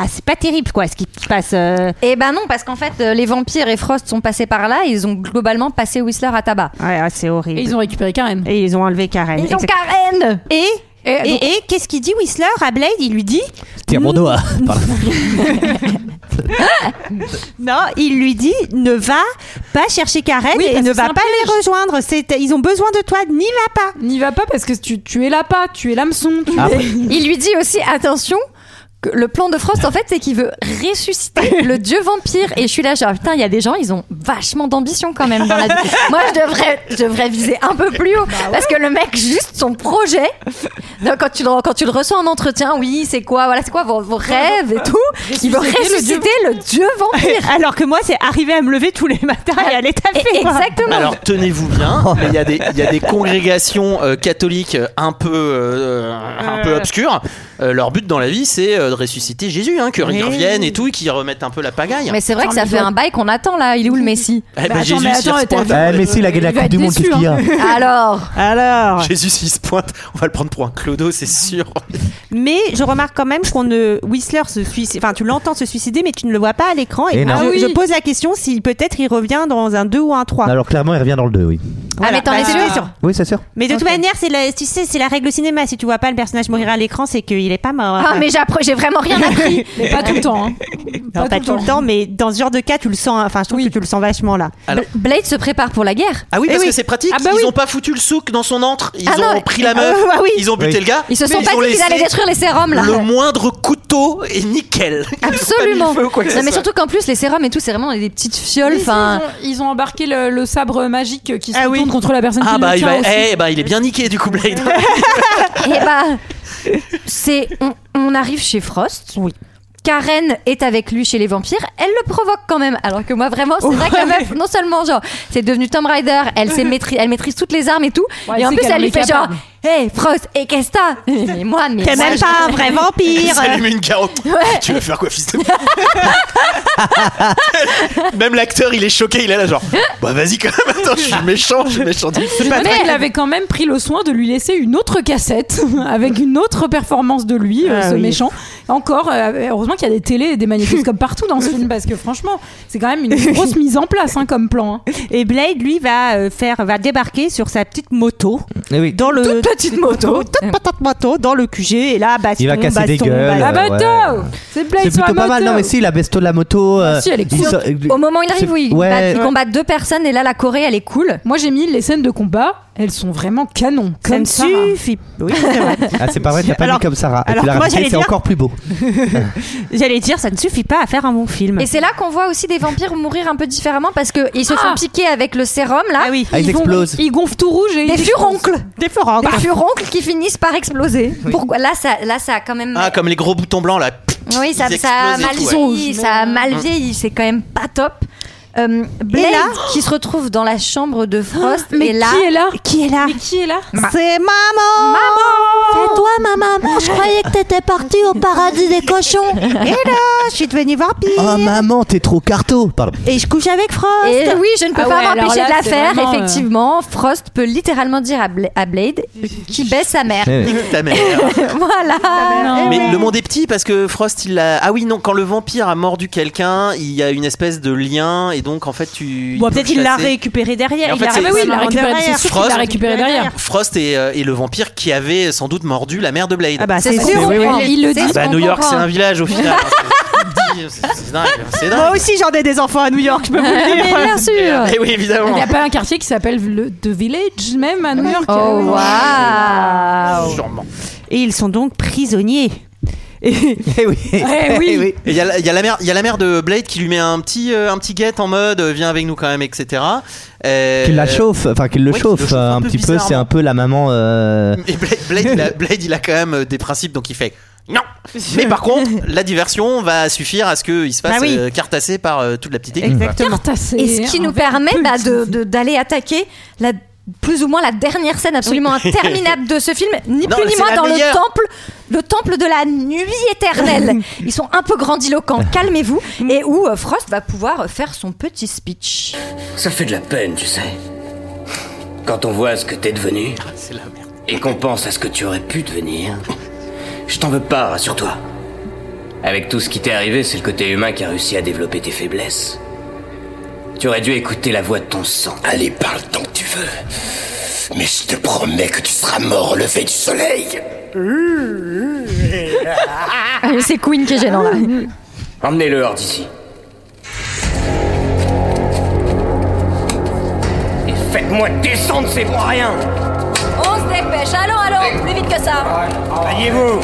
c'est pas terrible quoi, ce qui se passe. euh. Eh ben non, parce qu'en fait, euh, les vampires et Frost sont passés par là, et ils ont globalement passé Whistler à tabac. Ouais, ouais, c'est horrible. Et ils ont récupéré Karen. Et ils ont enlevé Karen. Ils ont Exact- Karen Et Ah, Et et, donc- et qu'est-ce qu'il dit Whistler à Blade Il lui dit Tire mon doigt. Pardon. non, il lui dit ne va pas chercher Karen Oui, et parce ne que va c'est un pas les rejoindre. C'est ils ont besoin de toi, n'y va pas. N'y va pas parce que tu, tu es là pas, tu es l'hameçon. Ah tu es- Après- Il lui dit aussi attention. que Le plan de Frost, en fait, c'est qu'il veut ressusciter le dieu vampire. Et je suis là, genre, putain, il y a des gens, ils ont vachement d'ambition quand même dans la vie. Moi, je devrais, je devrais viser un peu plus haut. Parce que le mec, juste son projet, donc, quand, tu le, quand tu le reçois en entretien, oui, c'est quoi, voilà, c'est quoi vos, vos rêves et tout. Il veut Ressusciter ressusciter le dieu vampire. Alors que moi, c'est arriver à me lever tous les matins et aller taper. Et- quoi. exactement. Alors tenez-vous bien, mais il y, a des- il y a des congrégations euh, catholiques euh, un peu, euh, un peu obscures. Euh, leur but dans la vie, c'est euh, de ressusciter Jésus, hein, qu'ils Oui. reviennent et tout, et qu'ils remettent un peu la pagaille. Mais c'est vrai que Attends, ça mais fait toi- un bail qu'on attend là. Il est où le Messie Eh ben, Mais attends, Jésus, mais s'il attends, se pointe- t'as- Eh, mais si, il a gagné la Il va Coupe être du Monde, déçu, qu'est-ce qu'il y a hein. Alors Alors. Jésus, s'il se pointe, on va le prendre pour un clodo, c'est sûr. Mais je remarque quand même qu'on ne Whistler se suicide. Enfin, tu l'entends se suicider, mais tu ne le vois pas à l'écran. Et, Et non. je, Ah oui. je pose la question si peut-être il revient dans un 2 ou un 3. Alors clairement, il revient dans le 2, oui. Ah, mais t'en es Voilà. sûr Bah, sûr. Oui, c'est sûr. Mais de toute Ok. manière, c'est la, tu sais, c'est la règle au cinéma. Si tu vois pas le personnage mourir à l'écran, c'est qu'il est pas mort. Ah, mais j'appre- j'ai vraiment rien appris. Mais pas tout le temps. hein. Non, pas, tout le temps, mais dans ce genre de cas, tu le sens. hein. Enfin, je trouve Oui. que tu le sens vachement là. Alors- Blade se prépare pour la guerre. Ah oui, Eh parce oui. que c'est pratique. Ah bah ils oui. ont pas foutu le souk dans son antre. Ils Ah ont non, pris la euh, meuf. bah oui. Ils ont buté Oui. le gars. Ils se sont mais pas ont dit qu'ils laissé allaient détruire les sérums là. Le moindre couteau est nickel. Ils ont pas mis le Absolument. feu ou quoi que ce non, mais soit. surtout qu'en plus les sérums et tout, c'est vraiment des petites fioles. Oui, si, Enfin, ils, ont, ils ont embarqué le, le sabre magique qui se Ah oui. tourne contre la personne Ah qui bah le il, tient va- aussi. eh, bah il est bien niqué du coup Blade. et bah, c'est on, on arrive chez Frost. Oui. Karen est avec lui chez les vampires, elle le provoque quand même. Alors que moi, vraiment, c'est vrai que la meuf, non seulement, genre, c'est devenu Tomb Raider, elle, sait maîtri- elle maîtrise toutes les armes et tout, Ouais, et elle en sait plus, qu'elle elle en lui est fait genre, capable. Hé, Frost, et qu'est-ce que t'as Mais moi, mais. T'es moi, même je- pas un vrai vampire. Ça lui met une carotte. Tu veux faire quoi, fils de Même l'acteur, il est choqué, il est là, genre. Bah vas-y quand même, attends, je suis méchant, je suis méchant. du- Mais il avait quand même pris le soin de lui laisser une autre cassette avec une autre performance de lui, euh, Ah ce oui. méchant. Encore, euh, heureusement qu'il y a des télés et des magnétoscopes partout dans ce film parce que franchement, c'est quand même une grosse mise en place hein, comme plan. hein. Et Blade, lui, va euh, faire, va débarquer sur sa petite moto Eh oui. dans le. Toute petite moto. Toute petite moto dans le QG et là, baston, Il va casser des baston, gueules. baston. euh, bah, ouais. C'est C'est Blade sur plutôt la pas mal. moto. Non, mais si, la besto de la moto. euh, si, elle est il cool. sort- Au moment où il arrive, C'est- oui, Bah, il ouais. bat- il Ouais. combat deux personnes et là la Corée elle est cool. Moi j'ai mis les scènes de combat, elles sont vraiment canon. Ça Comme me ça. hein. suffit. Oui, c'est vrai. Ah, c'est pas vrai, t'as pas Alors- mis comme Sarah. Et alors tu l'as que moi, répété, j'allais c'est dire- encore plus beau. J'allais dire, ça ne suffit pas à faire un bon film. Et c'est là qu'on voit aussi des vampires mourir un peu différemment parce que ils se font Ah. piquer avec le sérum là. Ah oui. Ah, ils vont- explosent. Ils gonflent tout rouge et Des ils- furoncles, Des Ah. forages. des furoncles qui finissent par exploser. Pourquoi là ça, là ça a quand même. Ah, comme les gros boutons blancs là. oui, ça, ils ça a mal explosent et tout, vieilli, ça a mal vieilli, c'est quand même pas top. Euh, Blade là- qui se retrouve dans la chambre de Frost Mais et là. qui est là Qui est là Mais qui est là C'est maman Maman toi ma maman, je croyais que t'étais partie au paradis des cochons. Et là, je suis devenue vampire. Oh maman, t'es trop carto. Pardon. Et je couche avec Frost. Et oui, je ne peux Ah ouais, pas alors m'empêcher là, de la c'est faire. vraiment, euh, Effectivement, Frost peut littéralement dire à, Bla- à Blade qui baisse sa mère. Ouais, ouais. Nique ta mère. voilà. Non. Mais le monde est petit parce que Frost il a ah oui non quand le vampire a mordu quelqu'un il y a une espèce de lien et donc en fait tu Bon, il peut peut-être le il l'a chasser. récupéré derrière. Mais en fait, l'a c'est- Ah bah oui, il l'a récupéré récupéré, derrière. c'est sûr qu'il l'a Frost- récupéré derrière. Frost et, euh, et le vampire qui avait sans doute mordu la mère de Blade. Ah bah C'est c'est sûr, sûr. on comprend. Il le C'est dit. sûr Bah, qu'on New York c'est comprend. un village au final. C'est- c'est- c'est dingue, c'est dingue. Moi aussi j'en ai des enfants à New York, je peux vous Ah, le dire. Mais bien sûr. Eh oui Il évidemment. euh, n'y a pas un quartier qui s'appelle le The Village, même à New York. Ah Oh waouh. Ah, Sûrement. Ah. Et ils sont donc prisonniers. Et- Eh oui. Eh oui. Et Il y, a la- il y a la mère, il y a la mère de Blade qui lui met un petit, euh, un petit guette en mode euh, viens avec nous quand même, etc. Euh, Qu'il la chauffe, enfin qu'il le ouais, qu'il le chauffe euh, un petit peu, c'est bizarrement. un peu la maman. euh, Et Blade, Blade, il a, Blade, il a quand même euh, des principes, donc il fait non. Mais par contre, la diversion va suffire à ce qu'il se fasse Bah oui. euh, cartasser par euh, toute la petite équipe. Exactement. Et ce hein. qui nous permet bah, de- de- d'aller attaquer la plus ou moins la dernière scène absolument interminable de ce film, ni Non, plus ni c'est moins la dans meilleure. le temple, le temple de la nuit éternelle. Ils sont un peu grandiloquents, calmez-vous, et où euh, Frost va pouvoir faire son petit speech. Ça fait de la peine, tu sais. Quand on voit ce que t'es devenu, Ah, C'est la merde. et qu'on pense à ce que tu aurais pu devenir, je t'en veux pas, rassure-toi. Avec tout ce qui t'est arrivé, c'est le côté humain qui a réussi à développer tes faiblesses. Tu aurais dû écouter la voix de ton sang. Allez, parle tant que tu veux. Mais je te promets que tu seras mort au lever du soleil. Ah, mais C'est Queen qui est gênant là. Emmenez-le hors d'ici. Et faites-moi descendre, c'est pour rien On se dépêche, allons, allons, plus vite que ça. Voyez-vous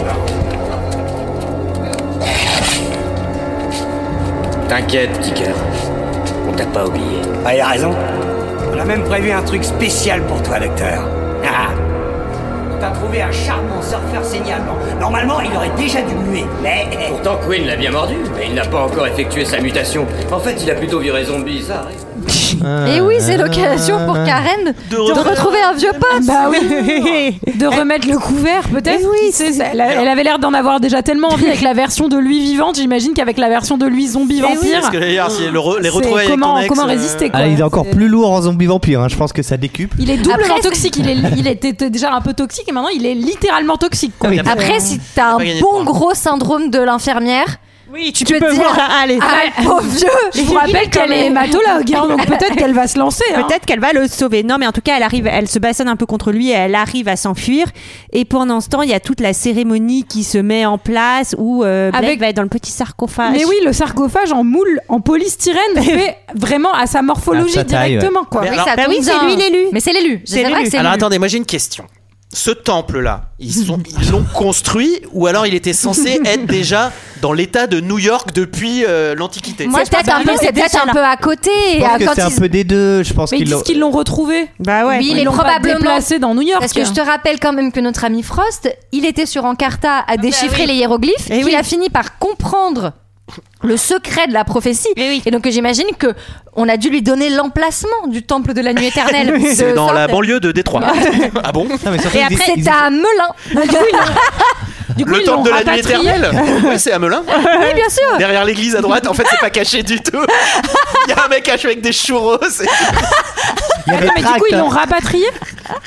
T'inquiète, petit cœur. On t'a pas oublié. Ah, il a raison. On a même prévu un truc spécial pour toi, docteur. Ah T'as trouvé un charmant surfeur signalement. Normalement, il aurait déjà dû muer, mais... eh, Pourtant, Quinn l'a bien mordu, mais il n'a pas encore effectué sa mutation. En fait, il a plutôt viré zombie, ça arrive. Et Eh oui, c'est l'occasion Ah. pour Karen de, retrouver un vieux pote. Bah oui. de Eh. remettre le couvert peut-être. Qui sait, ça- elle, a- elle avait l'air d'en avoir déjà tellement envie avec la version de lui vivante. J'imagine qu'avec la version de lui Eh zombie vampire, Parce que d'ailleurs, si le re- les c'est retrouver avec comment, ton ex, comment euh, résister quoi. Ah, il est encore C'est- plus lourd en zombie vampire, hein, je pense que ça décuple. Il est doublement Après, toxique. Il, est, il était déjà un peu toxique et maintenant il est littéralement toxique. Quoi. euh, Ah oui. Après, si t'as un pas gagné de bon points. gros syndrome de l'infirmière, Oui, tu, Tu peux, peux dire- voir. Allez. ah, pauvre vieux, je vous rappelle qu'elle est hématologue, hein, donc peut-être qu'elle va se lancer. hein. Peut-être qu'elle va le sauver. Non, mais en tout cas, elle arrive, elle se bassonne un peu contre lui et elle arrive à s'enfuir. Et pendant ce temps, il y a toute la cérémonie qui se met en place où euh, Blake Avec- va être dans le petit sarcophage. Mais oui, le sarcophage en moule, en polystyrène, fait vraiment à sa À morphologie sa taille, ouais. directement. Quoi. Mais alors- ça bah oui, tombe c'est lui bien. l'élu. Mais c'est l'élu. C'est C'est vrai l'élu. que c'est Alors l'élu. attendez, moi j'ai une question. Ce temple-là, ils sont- ils l'ont construit ou alors il était censé être déjà dans l'état de New York depuis euh, l'Antiquité Moi, C'est peut-être pas un peu, arrivé, c'est c'est peut-être déjà un là. peu à côté. Je et pense à- que quand c'est un ils- peu des deux. Je pense Mais ils qu'ils l'ont- disent qu'ils l'ont retrouvé. Bah ouais. Oui, Ils mais l'ont pas probablement. déplacé dans New York. Parce que je te rappelle quand même que notre ami Frost, il était sur Encarta à déchiffrer les hiéroglyphes. Eh il oui. a fini par comprendre le secret de la prophétie. Eh oui. Et donc j'imagine que on a dû lui donner l'emplacement du temple de la nuit éternelle. De C'est dans sorte- la banlieue de Détroit. ah bon Non, mais surtout, Et ils- après, ils- C'est à Melun. Du coup, Le ils l'ont temple de la nuit rapatrié. éternelle Oui, c'est à Melun. Oui, bien sûr. Derrière l'église à droite, en fait, c'est pas caché du tout. Il y a un mec caché avec des churros. et- il y a des Ah, mais du coup, tracts, ils l'ont hein, rapatrié.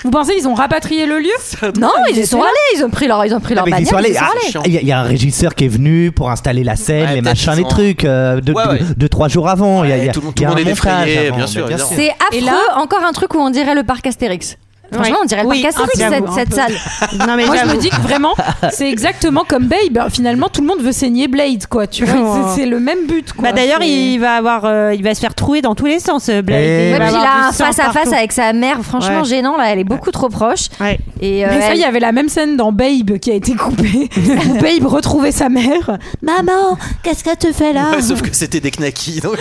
Vous pensez ils ont rapatrié le lieu Non, ils y sont allés. Ils ont pris leur, ils ont pris leur avec des bannière. soirées. bah, ils y sont Ah, allés. allés. Il y, a- il y a un régisseur qui est venu pour installer la scène, Ouais, les peut-être machins, qu'ils les sont- trucs, euh, deux, Ouais, ouais. deux- deux, trois jours avant. Il y a- il y a, tout le monde- il y a tout le monde un est montage défrayé, avant, bien sûr, évidemment. C'est affreux. là- Encore un truc où on dirait le parc Astérix. Franchement, on dirait le Oui, parc à un cette, peu, cette un peu. salle. Non, mais Moi, je me j'avoue. dis que vraiment, c'est exactement comme Babe. Finalement, tout le monde veut saigner Blade, quoi. Tu vois, c'est- c'est le même but. quoi. Bah d'ailleurs, C'est- il va avoir, euh, il va se faire trouer dans tous les sens, euh, Blade. Eh. Il Ouais, va puis avoir là, du un sang face à face partout. avec sa mère, franchement Ouais. gênant. Là, elle est beaucoup trop proche. Ouais. Et euh, Mais ça, elle- il y avait la même scène dans Babe qui a été coupée. où Babe retrouvait sa mère. Maman, qu'est-ce qu'elle te fait Ah. là Ouais, sauf que c'était des knackis. Donc...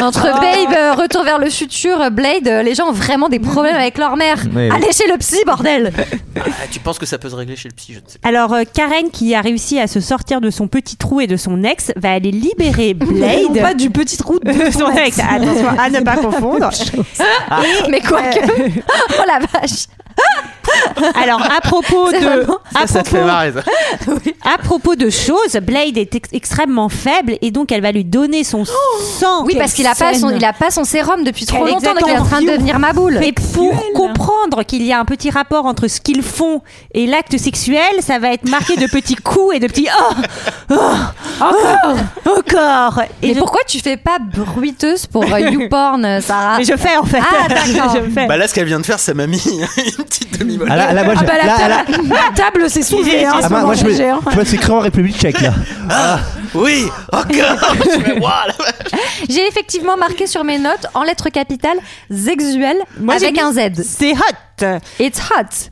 entre Babe, euh, Retour vers le futur, euh, Blade, euh, les gens ont vraiment des problèmes avec leur mère. Ouais, Allez chez le psy, bordel Ah, tu penses que ça peut se régler chez le psy Je ne sais pas. Alors euh, Karen, qui a réussi à se sortir de son petit trou et de son ex, va aller libérer Blade. pas du petit trou de Ah de son ex. Attention à ne pas confondre. Mais quoi que Oh la vache Alors à propos C'est de, vraiment- Ça, à ça te fait propos- marrer. ça. À propos de choses, Blade est ex- extrêmement faible et donc elle va lui donner son sang. Oh Oui, parce qu'il a, pas scène. son- il a pas son sérum depuis trop Quel longtemps, donc il est en train de exactement. devenir ma boule. Mais pour comprendre qu'il y a un petit rapport entre ce qu'ils font et l'acte sexuel, ça va être marqué de petits coups et de petits oh, oh, encore, encore. Et Mais je- pourquoi tu fais pas bruiteuse pour euh, YouPorn, euh, Sarah mais je fais en fait. Ah, d'accord. je fais. Bah là, ce qu'elle vient de faire, ça m'a mis une petite demi-molle. Ah là, là, moi, Ah je- bah, la, là, ta- là- la table s'est soulevée. hein, ah, moi, sur moi, je me- l'entrée, hein. je me suis cru en République tchèque là. Oui, encore Tu fais, Waouh, la vache. J'ai effectivement marqué sur mes notes en lettres capitales sexuel Moi, j'ai avec mis- un Z. C'est hot. It's hot.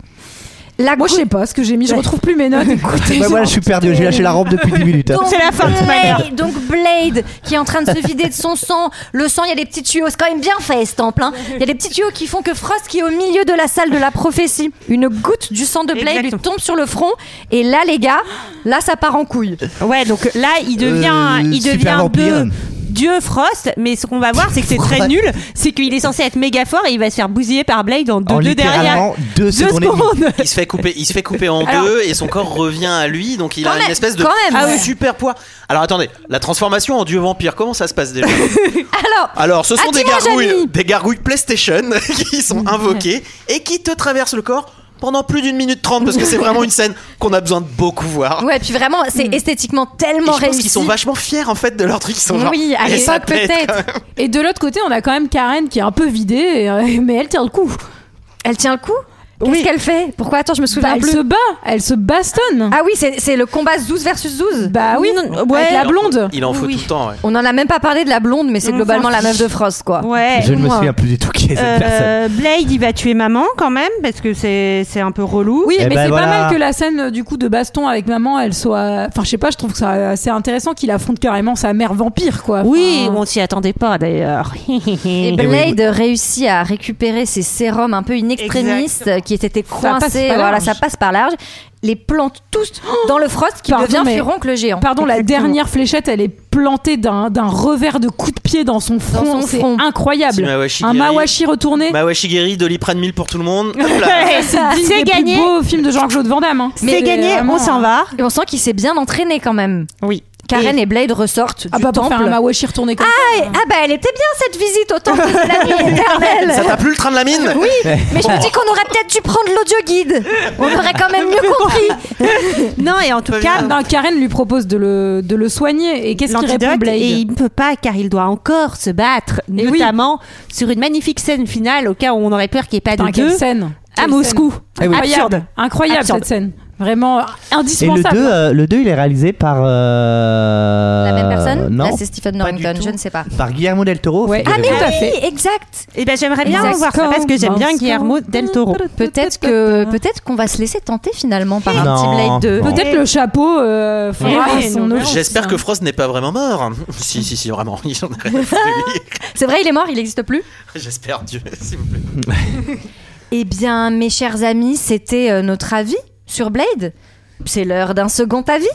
La Moi, je goutte- sais pas ce que j'ai mis. Je retrouve plus mes notes. Écoutez, Ouais, moi, je suis perdu, j'ai lâché la rampe depuis 10 minutes. hein. Donc, C'est la fin de toute manière. Blade, donc Blade qui est en train de se vider de son sang. Le sang, il y a des petits tuyaux. C'est quand même bien fait, ce temple. hein. Il y a des petits tuyaux qui font que Frost, qui est au milieu de la salle de la prophétie, une goutte du sang de Blade lui Exactement. tombe sur le front. Et là, les gars, là, ça part en couille. Ouais, donc là, il devient, Euh, il super devient vampire. de- Dieu Frost, mais ce qu'on va voir, c'est que c'est très nul. C'est qu'il est censé être méga fort et il va se faire bousiller par Blade en deux, En deux derrière. littéralement deux, secondes. et demie. il se fait couper, il se fait couper en Alors- deux et son corps revient à lui, donc il Quand a même, une espèce de quand même. Ah ouais. super poids. Alors attendez, la transformation en dieu vampire, comment ça se passe déjà Alors, Alors, ce sont des Attends, gargouilles, Jamy. des gargouilles PlayStation qui sont invoquées et qui te traversent le corps pendant plus d'une minute trente parce que c'est vraiment une scène qu'on a besoin de beaucoup voir. ouais, puis vraiment, c'est Hmm. esthétiquement Et tellement je pense réussi. qu'ils sont vachement fiers en fait de leur truc. Ils sont genre, oui, à eh, ça l'époque pète, quand peut-être. Et de l'autre côté, on a quand même Karen qui est un peu vidée, et, euh, mais elle tient le coup. Elle tient le coup Qu'est-ce Oui. qu'elle fait Pourquoi Attends, je me Bah, souviens elle plus. se bat, elle se bastonne. Ah oui, c'est c'est le combat Zouz versus Zouz. Bah oui, avec la Il en faut- blonde. Il en faut Oui. tout le temps. ouais. On en a même pas parlé de la blonde, mais c'est On globalement s'en la meuf fiche. de Frost, quoi. Ouais. Je ne me moi. souviens plus du tout qui est cette personne. Euh, Blade, il va tuer maman quand même parce que c'est c'est un peu relou. Oui, Eh mais ben c'est voilà. pas mal que la scène euh, du coup de baston avec maman, elle soit. Enfin, je sais pas, je trouve que c'est assez intéressant qu'il affronte carrément sa mère vampire, quoi. Oui, Enfin, on s'y attendait pas d'ailleurs. Eh Et ben, oui, Blade réussit à récupérer ses sérums un peu in extremis Exactement. euh, qui étaient passe coincés. pas Voilà, large. ça passe par large. Les plante tous dans le frost qui Pardon, devient mais- furoncle géant. Pardon, la Exactement. dernière fléchette, elle est plantée d'un d'un revers de coup de pied dans son front. son c'est front. C'est incroyable. Mawashi Un Giri. mawashi retourné. Bah, Bah Mawashigeri, Doliprane pour tout le monde. Hop là. C'est digne C'est des gagné. plus beaux films de Jean-Claude Van Damme. hein. C'est gagné, vraiment, on s'en va. Et on sent qu'il s'est bien entraîné quand même. Oui. Karen et, Blade ressortent Ah du bah pour temple. faire un mawashi retourné comme ah, et- ah bah elle était bien cette visite au temple de la nuit éternelle. Ça t'a plu le train de la mine Oui, mais je me dis qu'on aurait peut-être dû prendre l'audio guide. On aurait quand même mieux compris. Non, et en tout cas, ça. Non, Bah, Karen lui propose de le, de le soigner. Et qu'est-ce qu'il répond, l'antidote, Blade et il ne peut pas car il doit encore se battre, Et oui. notamment sur une magnifique scène finale au cas où on aurait peur qu'il n'y ait pas Putain, de quelle deux scène à Quelle Moscou. Eh scène. Incroyable, Absurde. incroyable Absurde. cette scène. Vraiment euh, Et le euh, 2, indispensable. le 2, il est réalisé par. euh, la même personne Là, Non. c'est Stephen Pas du Norrington, tout. je ne sais pas. Par Guillermo del Toro. Ouais. figurez-vous. Ah, mais oui. fait. exact. Et ben j'aimerais bien Exactement. voir ça parce que j'aime bien Exactement. Guillermo del Toro. Peut-être que peut-être qu'on va se laisser tenter finalement par un Non. petit Blade 2. Non. Peut-être le chapeau euh, fera Oui, oui, son non, office, J'espère hein. que Frost n'est pas vraiment mort. Si, si, si, vraiment. Il en a rien à foutre de lui. C'est vrai, il est mort, il n'existe plus. J'espère, Dieu, s'il vous plaît. Eh bien, mes chers amis, c'était euh, notre avis sur Blade. C'est l'heure d'un second avis.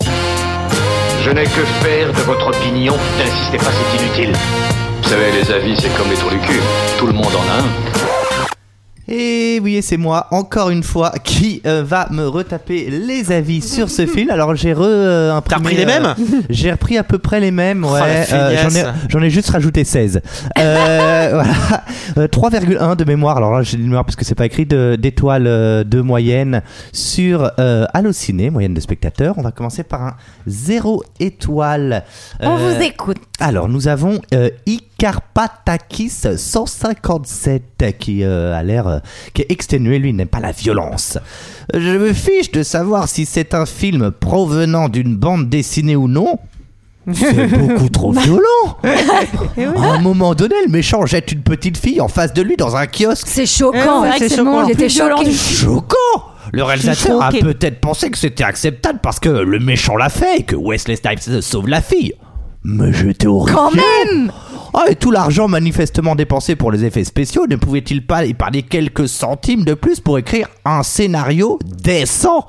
Je n'ai que faire de votre opinion. N'insistez pas, c'est inutile. Vous savez, les avis, c'est comme les trous du cul. Tout le monde en a un. Et oui, et c'est moi, encore une fois, qui euh, va me retaper les avis sur ce film. Alors, j'ai re. euh, imprimé, repris les euh, mêmes J'ai repris à peu près les mêmes, ouais. Oh, la Euh, J'en ai- feignasse. j'en ai, juste rajouté 16. Euh, voilà. Euh, 3,1 de mémoire. Alors là, j'ai de mémoire parce que c'est pas écrit de- d'étoiles euh, de moyenne sur euh, Allociné, moyenne de spectateurs. On va commencer par un 0 étoile. Euh, On vous écoute. alors, nous avons euh, Icarpatakis 157 qui euh, a l'air euh, euh, qui est exténué, lui il n'aime pas la violence. Euh, Je me fiche de savoir si c'est un film provenant d'une bande dessinée ou non. C'est beaucoup trop violent. Eh À un moment donné, le méchant jette une petite fille en face de lui dans un kiosque. C'est choquant, Ouais, ouais, Eh c'est c'est choquant. choquant. Il était Plus violent choqué. du film. Choquant Le réalisateur a Choqué. peut-être pensé que c'était acceptable parce que le méchant l'a fait et que Wesley Snipes sauve la fille. Mais j'étais horrifié. Quand même Ah, et tout l'argent manifestement dépensé pour les effets spéciaux, ne pouvait-il pas épargner quelques centimes de plus pour écrire un scénario décent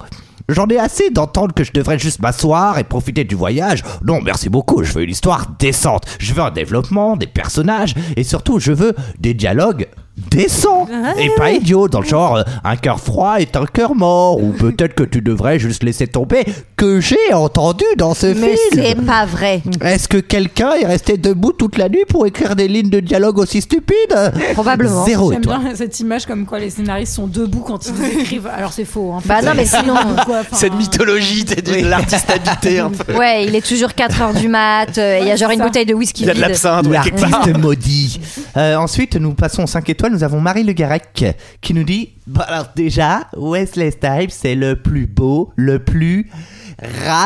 J'en ai assez d'entendre que je devrais juste m'asseoir et profiter du voyage. Non, merci beaucoup, je veux une histoire décente. Je veux un développement, des personnages et surtout, je veux des dialogues décents Ah. et pas idiots, dans le genre euh, un cœur froid est un cœur mort ou peut-être que tu devrais juste laisser tomber que j'ai entendu dans ce Mais film. c'est pas vrai. Est-ce que quelqu'un est resté debout toute la nuit pour écrire des lignes de dialogue aussi stupides Probablement. Zéro J'aime étoile. bien cette image comme quoi les scénaristes sont debout quand ils écrivent. Alors c'est faux. hein. Bah non, mais sinon- Quoi, enfin, Cette mythologie t'es de l'artiste habité un peu. Ouais, il est toujours 4h du mat, euh, et il y a genre une bouteille de whisky Il y a de vide. l'absinthe, ouais, quelque part. L'artiste maudit. Euh, ensuite, nous passons aux 5 étoiles. Nous avons Marie Le Garec qui nous dit Bah alors, déjà, Wesley Snipes, c'est le plus beau, le plus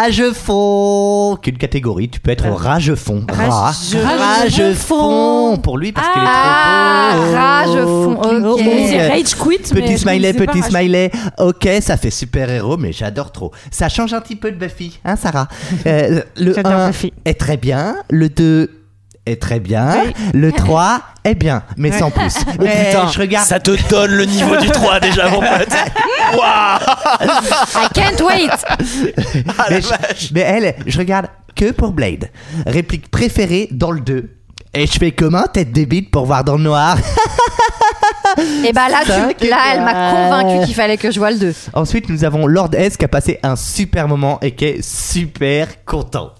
ragefond. Qu'une catégorie, tu peux être ragefond. Ra- Ragefond. Pour lui, parce qu'il est Ah, trop beau. ragefond, ok. Donc, C'est euh, rage quit, mais Petit je smiley, disais pas petit rage- smiley. Ok, ça fait super héros, mais j'adore trop. Ça change un petit peu de Buffy, hein, Sarah Euh, Le J'adore 1 Buffy. est très bien. Le 2 est très bien. Oui. Le 3 est bien, mais sans plus. Mais Putain, je regarde. ça te donne le niveau du 3 déjà, mon pote. I can't wait mais, je- mais elle, je regarde que pour Blade. Réplique préférée dans le 2. Et je fais comment, tête débile, pour voir dans le noir Et bah là, Cinq tu- là elle m'a étoiles. convaincu qu'il fallait que je voie le 2. Ensuite, nous avons Lord S qui a passé un super moment et qui est super content.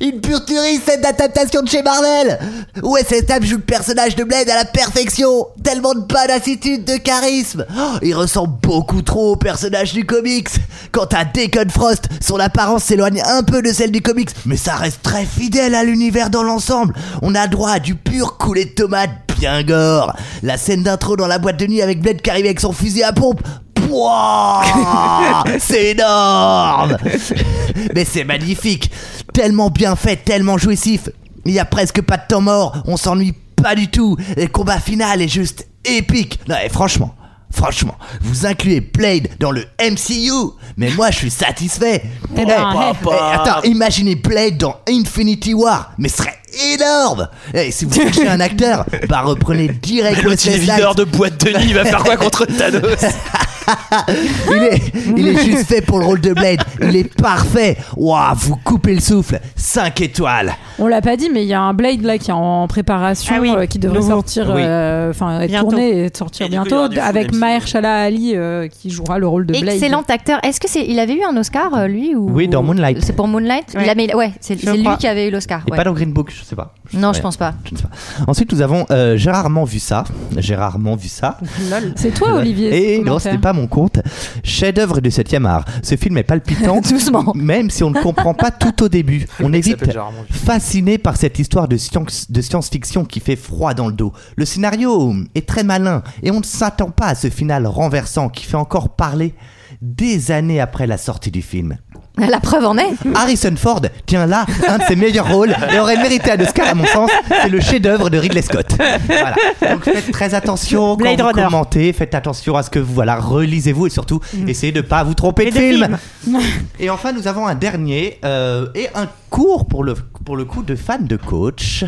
Une pure tuerie cette adaptation de chez Marvel Ouais, cette table joue le personnage de Blade à la perfection Tellement de bonne attitude, de charisme Oh, Il ressemble beaucoup trop au personnage du comics Quant à Deacon Frost, son apparence s'éloigne un peu de celle du comics, mais ça reste très fidèle à l'univers dans l'ensemble On a droit à du pur coulé de tomate bien gore La scène d'intro dans la boîte de nuit avec Blade qui arrive avec son fusil à pompe Pouah C'est énorme Mais c'est magnifique Tellement bien fait, tellement jouissif Il y a presque pas de temps mort, on s'ennuie pas du tout Le combat final est juste épique Non et franchement, franchement, vous incluez Blade dans le MCU Mais moi je suis satisfait Eh, ben. eh, Attends, imaginez Blade dans Infinity War Mais ce serait énorme Et si vous cherchez un acteur, bah reprenez direct Le Wesley petit Snipes. videur de boîte de nuit, il va faire quoi contre Thanos Il est, il est juste fait pour le rôle de Blade. Il est parfait. Waouh, vous coupez le souffle. 5 étoiles. On l'a pas dit, mais il y a un Blade là qui est en préparation, Ah oui, euh, qui devrait nouveau. sortir, Oui. euh, enfin être Bientôt. tourné et sortir Et du coup, il y aura bientôt, du full avec MCU. Mahershala Ali euh, qui jouera le rôle de Blade. Excellent acteur. Est-ce que c'est il avait eu un Oscar euh, lui ou Oui, dans Moonlight. C'est pour Moonlight. Il Ouais. a- mais il- ouais, c'est Je c'est lui crois. qui avait eu l'Oscar. Et ouais. pas dans Green Book, je sais pas. Non, je Ouais, pense pas. Je ne sais pas. Ensuite, nous avons euh, J'ai rarement vu ça. J'ai rarement vu ça. C'est toi, Olivier. Et ce non, ce n'est commentaire. pas mon compte. Chef-d'œuvre du 7 art. Ce film est palpitant. Doucement. Même si on ne comprend pas tout au début. On mec évite s'appelle Gérard Monville. fasciné par cette histoire de, science, de science-fiction qui fait froid dans le dos. Le scénario est très malin et on ne s'attend pas à ce final renversant qui fait encore parler des années après la sortie du film. La preuve en est. Harrison Ford tient là un de ses meilleurs rôles et aurait mérité un Oscar à mon sens. C'est le chef-d'œuvre de Ridley Scott. Voilà. Donc faites très attention quand Blade vous Runner. commentez, faites attention à ce que vous voilà, relisez-vous et surtout Mm. essayez de pas vous tromper Et de de film. film. et enfin nous avons un dernier euh, et un cours pour le pour le coup de fan de coach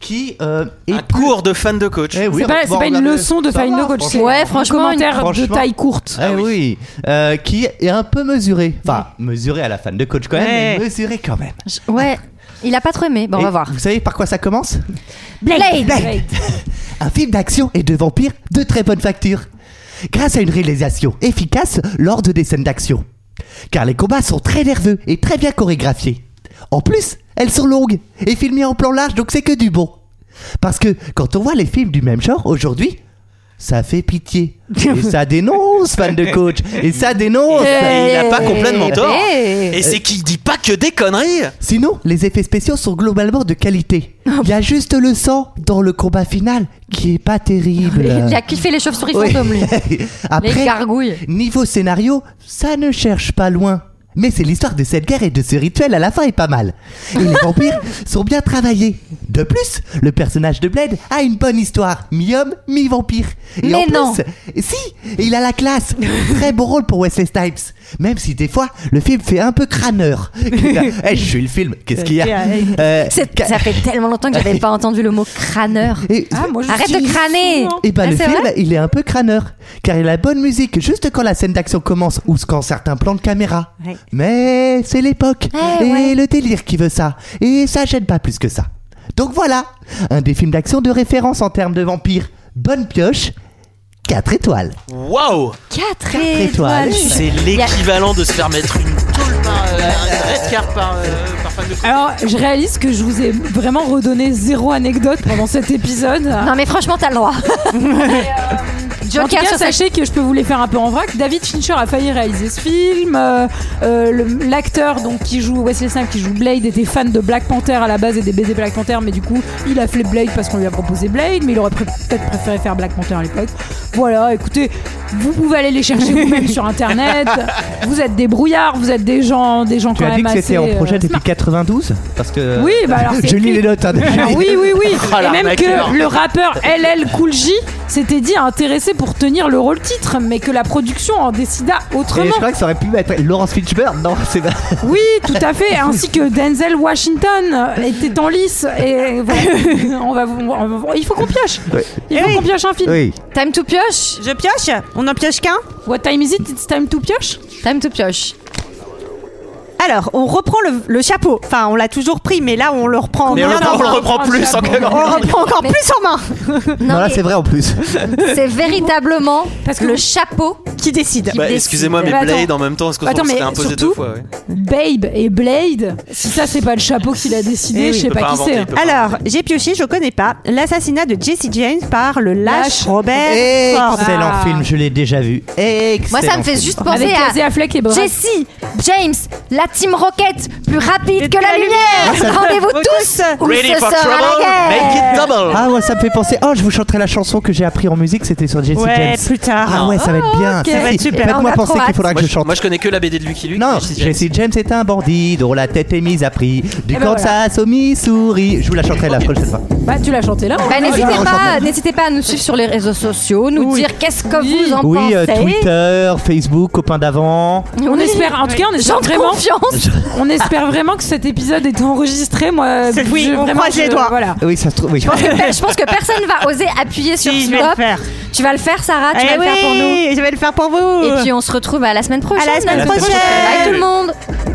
qui euh, est Un plus- cours de fan de coach. Eh oui, C'est on pas, va c'est pas une regarder- leçon de Ça Final va, Coach, c'est franchement. Ouais, un franchement, commentaire de franchement. taille courte. Ah oui, Euh, qui est un peu mesuré. Enfin, mesuré à la fan de coach quand même, Ouais. mais mesuré quand même. Je- Ouais, il a pas trop aimé. Bon, on Et va voir. Vous savez par quoi ça commence Blade. Blade. Un film d'action et de vampires de très bonne facture. Grâce à une réalisation efficace lors de des scènes d'action. Car les combats sont très nerveux et très bien chorégraphiés. En plus, elles sont longues et filmées en plan large, donc c'est que du bon. Parce que quand on voit les films du même genre aujourd'hui, ça fait pitié. Et ça dénonce, fan de coach. Et ça dénonce. Eh, Et il n'a pas complètement tort. Et c'est qu'il dit pas que des conneries. Sinon, les effets spéciaux sont globalement de qualité. Ah Il y a juste le sang dans le combat final qui est pas terrible. Il a kiffé les chauves-souris euh, Oui. fantômes, lui. Après, les gargouilles. niveau scénario, ça ne cherche pas loin. Mais c'est l'histoire de cette guerre et de ce rituel à la fin est pas mal. Et les vampires sont bien travaillés. De plus, le personnage de Blade a une bonne histoire, mi-homme, mi-vampire. Et Mais en plus, non. Si, il a la classe. Très beau rôle pour Wesley Snipes. Même si des fois, le film fait un peu crâneur. Eh, je suis le film, qu'est-ce qu'il y a Euh, C'est- Ça fait tellement longtemps que j'avais pas entendu le mot crâneur. Arrête de crâner Et bah Ah, le c'est film, vrai il est un peu crâneur, car il a la bonne musique juste quand la scène d'action commence ou quand certains plans de caméra. Ouais. Mais c'est l'époque Ah, et le délire qui veut ça, et ça gêne pas plus que ça. Donc voilà, un des films d'action de référence en termes de vampires. Bonne pioche, 4 étoiles. Waouh 4 étoiles. étoiles. C'est l'équivalent de se faire mettre une tôle par euh, un red car par, euh, par fan de coach. Alors, je réalise que je vous ai vraiment redonné zéro anecdote pendant cet épisode. Non, mais franchement, t'as le droit. en tout Joker cas, sur sa- sachez que je peux vous les faire un peu en vrac. David Fincher a failli réaliser ce film. Euh, euh, le- L'acteur donc qui joue Wesley Snipes, qui joue Blade, était fan de Black Panther à la base et des BD Black Panther, mais du coup, il a fait Blade parce qu'on lui a proposé Blade, mais il aurait pré- peut-être préféré faire Black Panther à l'époque. Voilà, écoutez, vous pouvez aller les chercher vous-même sur Internet. Vous êtes des brouillards, vous êtes des gens, des gens Tu quand as dit même que assez. c'était en euh, projet depuis 92 Parce que. Oui, bah alors c'est Je lis écrit. les notes. hein, Alors déjà. oui, oui, oui. Oh, et même l'arnaqueur. que le rappeur LL Cool J s'était dit intéressé pour tenir le rôle titre, mais que la production en décida Et je autrement. crois que ça aurait pu être Laurence Fitchburn. Non, c'est pas. Oui, tout à fait. Ainsi que Denzel Washington était en lice. Et voilà. on va, on va- on va- il faut qu'on pioche. Ouais. Il faut qu'on pioche un film. Oui. Time to pioche Je pioche On en pioche qu'un What time is it It's time to pioche Time to pioche. Alors, on reprend le, le chapeau. Enfin, on l'a toujours pris, mais là, on le reprend. Mais en on le main. reprend- on le reprend plus On encore. le reprend encore plus en main. Non, là, c'est vrai en plus. C'est véritablement Parce que le vous- chapeau qui décide. Bah, excusez-moi, mais Bah, attends. Blade en même temps, parce qu'on Attends, s'était mais imposé surtout- deux fois. ouais. Babe et Blade. Si ça, c'est pas le chapeau qu'il a décidé, Eh oui. je sais pas, qui c'est. Alors, j'ai pioché, je connais pas, l'assassinat de Jesse James par le lâche Lâche. Robert Eh, Ford. Excellent Ah. film, je l'ai déjà vu. Excellent Moi, ça me fait film. juste penser Avec Casey à Affleck et Brad Jesse, James, la Team Rocket, plus rapide que la Ah, lumière. Rendez-vous tous où Ready ce for sera la guerre. trouble, make it double. Ah ouais, ça me fait penser. Oh, je vous chanterai la chanson que j'ai appris en musique, c'était sur Jesse Ouais, James. plus tard. Ah ouais, ça va être bien. ok. Ça va être super. On Faites-moi a penser trop qu'il faudra Moi, que je je, chante. moi, je connais que la BD de Lucky Luke. Non, Jesse James. Jesse James est un bandit dont la tête est mise à prix du Eh ben Kansas au Missouri. Je vous la chanterai la prochaine fois. Bah, tu l'as chanté là. Bah, n'hésitez Ah, pas, j'entends. n'hésitez pas à nous suivre sur les réseaux sociaux, nous dire qu'est-ce que vous en Oui, euh, pensez. Twitter, Facebook, copains d'avant. On espère, en tout cas, on espère Gens de vraiment. confiance. On espère vraiment que cet épisode est enregistré. Moi, C'est- oui, on croise les doigts. Voilà. Oui, ça se trouve. Oui. Je pense, que, je pense que personne va oser appuyer sur Si, je vais le stop. faire. Tu vas le faire, Sarah. Tu Eh vas le faire pour nous. oui, je vais le faire pour vous. Et puis on se retrouve à la semaine prochaine. à la semaine prochaine. Bye tout le monde.